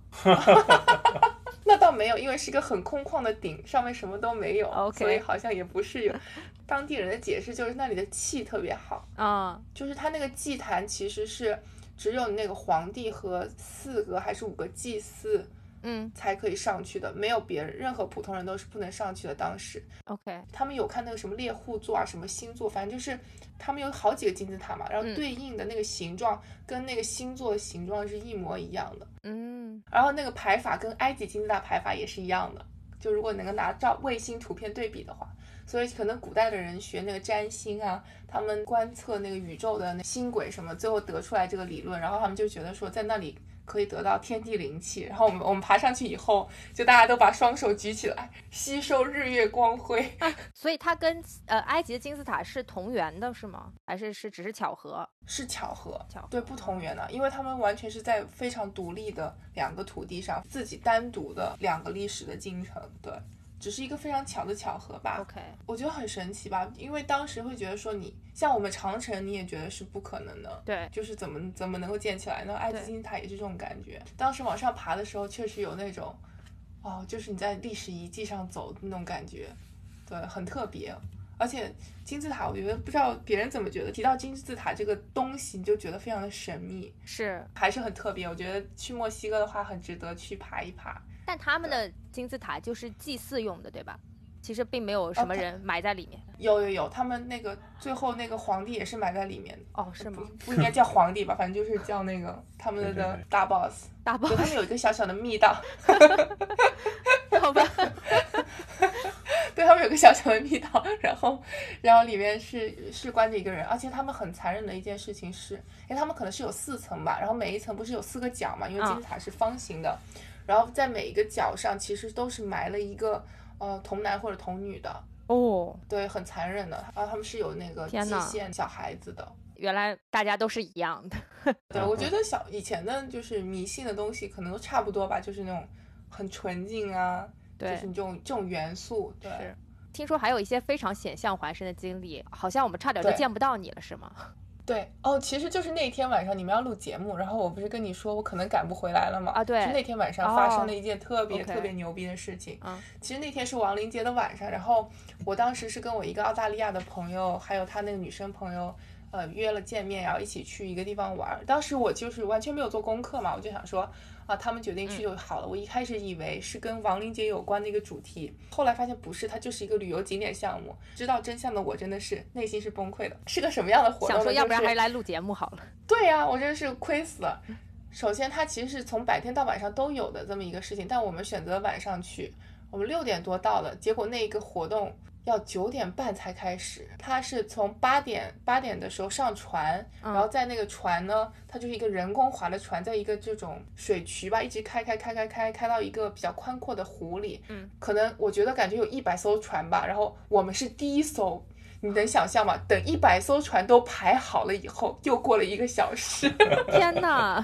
Speaker 2: 那倒没有，因为是一个很空旷的顶，上面什么都没有
Speaker 1: OK
Speaker 2: 所以好像也不 <laughs> 是有。当地人的解释就是那里的气特别好，
Speaker 1: 嗯，
Speaker 2: 就是他那个祭坛其实是只有那个皇帝和四个还是五个祭司
Speaker 1: 嗯
Speaker 2: 才可以上去的，没有别人任何普通人都是不能上去的。当时
Speaker 1: ，OK，
Speaker 2: 他们有看那个什么猎户座啊，什么星座，反正就是他们有好几个金字塔嘛，然后
Speaker 1: 嗯
Speaker 2: 对应的那个形状跟那个星座的形状是一模一样的，
Speaker 1: 嗯
Speaker 2: 然后那个排法跟埃及金字塔排法也是一样的，就如果能够拿照卫星图片对比的话。所以，可能古代的人学那个占星啊，他们观测那个宇宙的那星轨什么，最后得出来这个理论，然后他们就觉得说，在那里可以得到天地灵气。然后我们我们爬上去以后，就大家都把双手举起来，吸收日月光辉， <laughs>
Speaker 1: 所以它跟呃埃及的金字塔是同源的，是吗？还是是只是巧合？
Speaker 2: 是巧合，
Speaker 1: 巧合
Speaker 2: 对不同源的，因为他们完全是在非常独立的两个土地上，自己单独的两个历史的进程，对，只是一个非常巧的巧合吧。
Speaker 1: OK，
Speaker 2: 我觉得很神奇吧，因为当时会觉得说你像我们长城，你也觉得是不可能的，
Speaker 1: 对，
Speaker 2: 就是怎么怎么能够建起来呢？埃及
Speaker 1: 对
Speaker 2: 金字塔也是这种感觉。当时往上爬的时候，确实有那种，哦，就是你在历史遗迹上走的那种感觉，对，很特别。而且金字塔，我觉得不知道别人怎么觉得，提到金字塔这个东西，你就觉得非常的神秘，
Speaker 1: 是。
Speaker 2: 还是很特别。我觉得去墨西哥的话，很值得去爬一爬。
Speaker 1: 但他们的金字塔就是祭祀用的，对吧？其实并没有
Speaker 2: 哦
Speaker 1: 什么人埋在里面。
Speaker 2: 有有有，他们那个最后那个皇帝也是埋在里面的。
Speaker 1: 哦，是吗
Speaker 2: 呃不？不应该叫皇帝吧，反正就是叫那个他们
Speaker 3: 对对
Speaker 2: 的
Speaker 3: 对
Speaker 2: 大
Speaker 1: <laughs>
Speaker 2: boss，
Speaker 1: 大包
Speaker 2: 对，他们有一个小小的密道，
Speaker 1: 好吧？
Speaker 2: 对他们有个小小的密道，然后然后里面是是关着一个人，而且他们很残忍的一件事情是，因为他们可能是有四层吧，然后每一层不是有四个角嘛，因为
Speaker 1: 嗯
Speaker 2: 金字塔是方形的，然后在每一个角上其实都是埋了一个呃童男或者童女的，
Speaker 1: <laughs> 哦，
Speaker 2: 对，很残忍的，然后他们是有那个
Speaker 1: 天
Speaker 2: 极
Speaker 1: 哪
Speaker 2: 限小孩子的，
Speaker 1: 原来大家都是一样的。
Speaker 2: 对，
Speaker 3: 嗯
Speaker 2: 我
Speaker 3: 嗯
Speaker 2: 觉得小以前的就是迷信的东西，可能都差不多吧，就是那种很纯净啊，就
Speaker 1: 对
Speaker 2: 是，你这种这种元素，对，
Speaker 1: 是。听说还有一些非常险象环生的经历，好像我们差点就
Speaker 2: 对
Speaker 1: 见不到你了，是吗？
Speaker 2: 对，哦，其实就是那天晚上你们要录节目，然后我不是跟你说我可能赶不回来了嘛，
Speaker 1: 啊对
Speaker 2: 就那天晚上发
Speaker 1: 哦
Speaker 2: 生了一件特别、
Speaker 1: OK
Speaker 2: 特别牛逼的事情，
Speaker 1: 嗯，
Speaker 2: 其实那天是亡灵节的晚上，然后我当时是跟我一个澳大利亚的朋友，还有他那个女生朋友，呃，约了见面，然后一起去一个地方玩儿。当时我就是完全没有做功课嘛，我就想说啊，他们决定
Speaker 1: 嗯
Speaker 2: 去就好了。我一开始以为是跟亡灵节有关的一个主题，后来发现不是，它就是一个旅游景点项目。知道真相的我真的是内心是崩溃的，是个什么样的活动
Speaker 1: 想
Speaker 2: 呢？
Speaker 1: 说，要不然
Speaker 2: 就是
Speaker 1: 还是来录节目好
Speaker 2: <laughs>
Speaker 1: 了。
Speaker 2: 对呀、我真是亏死了。首先，它其实是从白天到晚上都有的这么一个事情，但我们选择晚上去，我们六点多到了，结果那个活动要九点半才开始。它是从八点八点的时候上船，
Speaker 1: 嗯
Speaker 2: 然后在那个船呢，它就是一个人工划的船，在一个这种水渠吧，一直开开开开开开到一个比较宽阔的湖里。
Speaker 1: 嗯，
Speaker 2: 可能我觉得感觉有一百艘船吧，然后我们是第一艘。你能想象吗？等一百艘船都排好了以后，又过了一个小时，
Speaker 1: 天哪！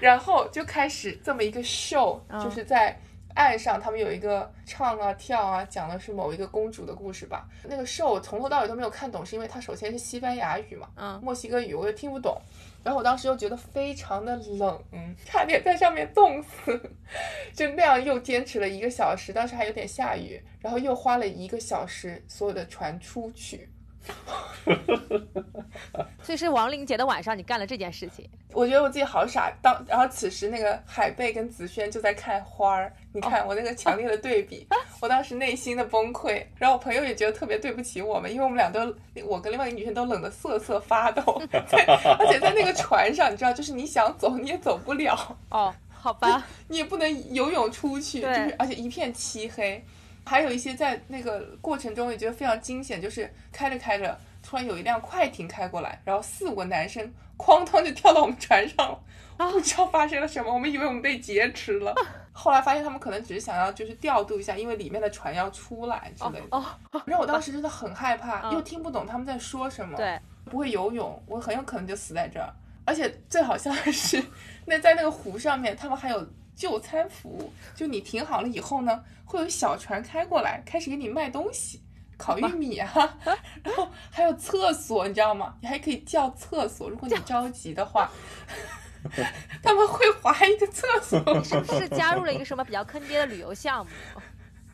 Speaker 2: 然后就开始这么一个 show，、
Speaker 1: 嗯
Speaker 2: 就是在岸上他们有一个唱啊跳啊，讲的是某一个公主的故事吧。那个 show 我从头到尾都没有看懂，是因为它首先是西班牙语嘛，
Speaker 1: 嗯，
Speaker 2: 墨西哥语我又听不懂，然后我当时又觉得非常的冷，差点在上面冻死， <laughs> 就那样又坚持了一个小时，当时还有点下雨，然后又花了一个小时所有的船出去。
Speaker 1: 所以是亡灵节的晚上你干了这件事情。
Speaker 2: 我觉得我自己好傻，当然后此时那个海贝跟子轩就在看花儿，你看我那个强烈的对比，我当时内心的崩溃，然后我朋友也觉得特别对不起我们，因为我们俩都，我跟另外一个女生都冷得瑟瑟发抖，在而且在那个船上，你知道，就是你想走你也走不了，
Speaker 1: 哦，好
Speaker 2: <laughs>
Speaker 1: 吧，
Speaker 2: 你也不能游泳出去，就
Speaker 1: 对
Speaker 2: 是而且一片漆黑，还有一些在那个过程中也觉得非常惊险，就是开着开着，突然有一辆快艇开过来，然后四五个男生哐当就跳到我们船上了，
Speaker 1: 啊
Speaker 2: 不知道发生了什么，我们以为我们被劫持了，后来发现他们可能只是想要就是调度一下，因为里面的船要出来之
Speaker 1: 哦
Speaker 2: 类的，
Speaker 1: 哦，
Speaker 2: 然后我当时真的很害怕，
Speaker 1: 嗯
Speaker 2: 又听不懂他们在说什么，
Speaker 1: 对，
Speaker 2: 不会游泳，我很有可能就死在这儿。而且最好笑的是， <laughs> 那在那个湖上面，他们还有就餐服务，就你停好了以后呢，会有小船开过来，开始给你卖东西，烤玉米啊， <laughs> 然后还有厕所，你知道吗？你还可以叫厕所，如果你着急的话， <laughs> 他们会划一个厕所。
Speaker 1: 是是加入了一个什么比较坑爹的旅游项目？
Speaker 2: <laughs>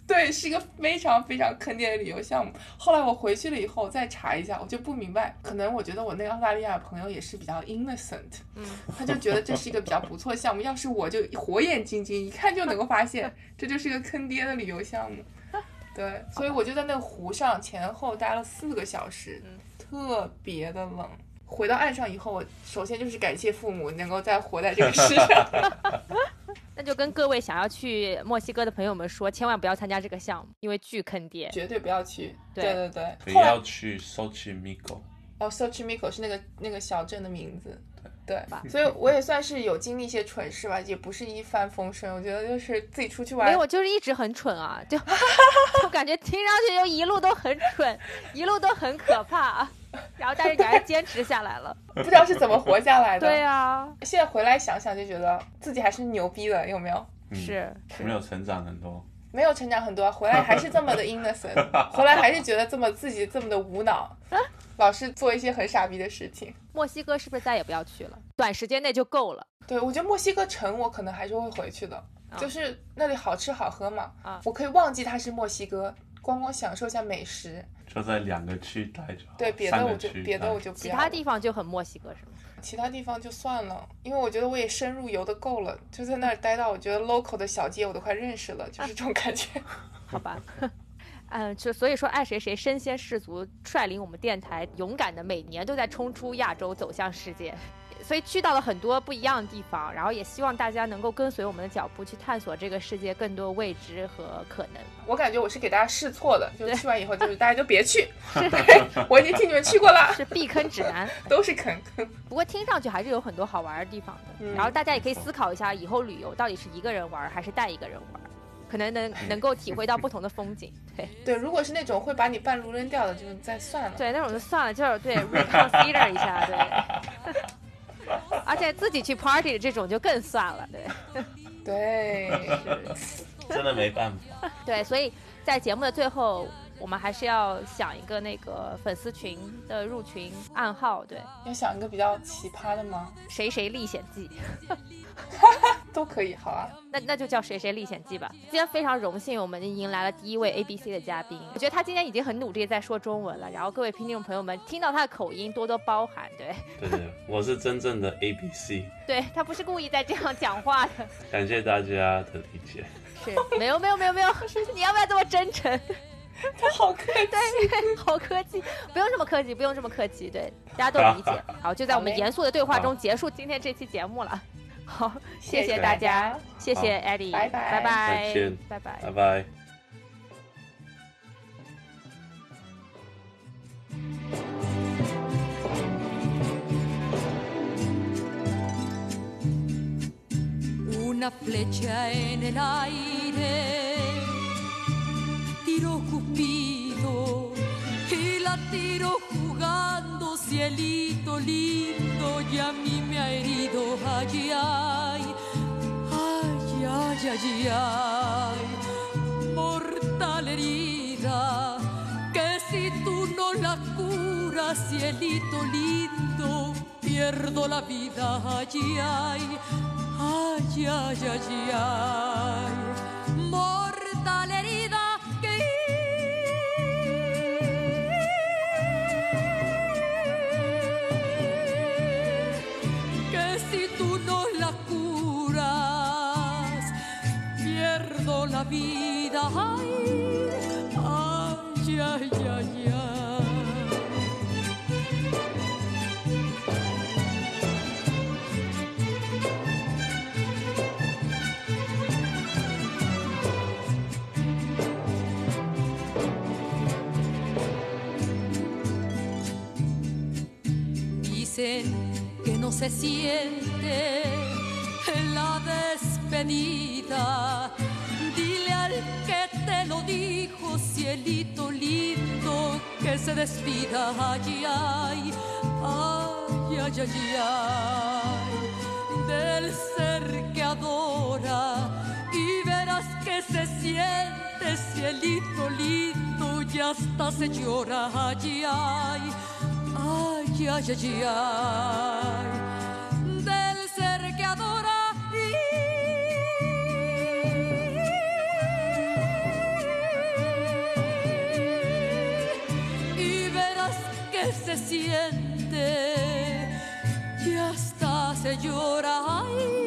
Speaker 2: 对，是一个非常非常坑爹的旅游项目。后来我回去了以后再查一下，我就不明白，可能我觉得我那个澳大利亚朋友也是比较 innocent，
Speaker 1: 嗯，
Speaker 2: 他就觉得这是一个比较不错的项目。要是我就火眼金睛一看就能够发现，这就是一个坑爹的旅游项目。对，所以我就在那个湖上前后待了四个小时，
Speaker 1: 嗯
Speaker 2: 特别的冷。回到岸上以后，我首先就是感谢父母能够再活在这个
Speaker 1: <laughs>
Speaker 2: 世上。
Speaker 1: 那就跟各位想要去墨西哥的朋友们说，千万不要参加这个项目，因为巨坑爹。
Speaker 2: 绝对不要去。
Speaker 1: 对
Speaker 2: 对对
Speaker 3: 不
Speaker 2: 后来
Speaker 3: 要去 Sochi Miko。
Speaker 2: 哦 s o c h i m i k o 是那个那个小镇的名字。对，所以我也算是有经历一些蠢事吧，也不是一帆风顺。我觉得就是自己出去玩，
Speaker 1: 没有，我就是一直很蠢啊，
Speaker 2: <laughs>
Speaker 1: 就就感觉听上去就一路都很蠢，一路都很可怕，啊然后但是你还是坚持下来
Speaker 2: <laughs>
Speaker 1: 了。
Speaker 2: 不知道是怎么活下来的。
Speaker 1: 对啊，
Speaker 2: 现在回来想想就觉得自己还是牛逼的，有没有？
Speaker 3: 嗯，
Speaker 1: 是
Speaker 3: 没有成长很多。
Speaker 2: 没有成长很多，回来还是这么的 innocent，回来还是觉得这么自己这么的无脑，老是做一些很傻逼的事情。
Speaker 1: 墨西哥是不是再也不要去了？短时间内就够了。
Speaker 2: 对，我觉得墨西哥城我可能还是会回去的，
Speaker 1: 啊
Speaker 2: 就是那里好吃好喝嘛，
Speaker 1: 啊
Speaker 2: 我可以忘记它是墨西哥，光光享受一下美食。
Speaker 3: 就在两个区待就好，
Speaker 2: 对，别
Speaker 3: 啊三
Speaker 2: 的
Speaker 3: 个
Speaker 2: 我就
Speaker 3: 区
Speaker 2: 别的
Speaker 3: 待
Speaker 2: 我就不
Speaker 1: 其
Speaker 2: 要
Speaker 1: 他
Speaker 2: 了，
Speaker 1: 地方就很墨西哥是吗？
Speaker 2: 其他地方就算了，因为我觉得我也深入游的够了，就在那儿待到我觉得 local 的小街我都快认识了，就是这种感觉。
Speaker 1: 好吧。嗯，就所以说，爱谁谁身先士卒，率领我们电台勇敢的每年都在冲出亚洲，走向世界。所以去到了很多不一样的地方，然后也希望大家能够跟随我们的脚步去探索这个世界更多未知和可能。
Speaker 2: 我感觉我是给大家试错的，就是
Speaker 1: 对
Speaker 2: 去完以后就是大家就
Speaker 1: <laughs>
Speaker 2: 别去，对我已经替你们去过了， <laughs>
Speaker 1: 是避坑指南，
Speaker 2: 都是坑。
Speaker 1: 不过听上去还是有很多好玩的地方的。
Speaker 2: 嗯
Speaker 1: 然后大家也可以思考一下，以后旅游到底是一个人玩儿还是带一个人玩儿，可能能能够体会到不同的风景。对
Speaker 2: 对，如果是那种会把你半路扔掉的，就是再算了。
Speaker 1: 对，那种就算了，就是对 reconsider 一下，对。而且自己去 party 的这种就更算了，对
Speaker 2: 对，
Speaker 3: 真的没办法。
Speaker 1: 对，所以在节目的最后，我们还是要想一个那个粉丝群的入群暗号，对，
Speaker 2: 要想一个比较奇葩的吗？
Speaker 1: 谁谁历险记。
Speaker 2: 都可以，好啊。
Speaker 1: 那那就叫谁谁历险记吧。今天非常荣幸，我们迎来了第一位 A B C 的嘉宾。我觉得他今天已经很努力地在说中文了。然后各位听众朋友们，听到他的口音多多包涵，对 <laughs>
Speaker 3: 对对，我是真正的 A B C，
Speaker 1: 对，他不是故意在这样讲话的，
Speaker 3: 感谢大家的理解。
Speaker 1: 是没有没有没有没有，你要不要这么真诚？ <laughs>
Speaker 2: 他 <laughs> 好客气。
Speaker 1: 对，好客气，不用这么客气，不用这么客气，对，大家都理
Speaker 2: <laughs>
Speaker 1: 解。好，就在我们严肃的对话中结束今天这期节目了。好，谢
Speaker 2: 谢谢
Speaker 1: 大
Speaker 2: 大
Speaker 1: 家
Speaker 2: 家，
Speaker 1: 谢谢 Eddie，
Speaker 2: 拜
Speaker 1: 拜
Speaker 2: 拜
Speaker 3: 再
Speaker 1: 拜
Speaker 3: 见，
Speaker 1: 拜拜
Speaker 3: 拜。拜。
Speaker 4: una flecha en el aire. Tiró Cupido y la tiró jugando, cielito lindo, y a mí me ha herido, ay, ay, ay, ay, ay, ay, mortal herida, que si tú no la curas, cielito lindo, pierdo la vida, ay, ay, ay, ay, ay, ay, mortal herida que que si tú no la curas, pierdo la vida. Ay, ay, ay, ay, ay. Dicen que no se siente la despedida. Dile al que te lo dijo, cielito lindo, que se despida. Ay, ay, ay, ay, ay, ay, del ser que adora. Y verás que se siente, cielito lindo, y hasta se llora. Ay, ay. Ay, ay, ay, ay, del ser que adora y hasta se llora. Ay,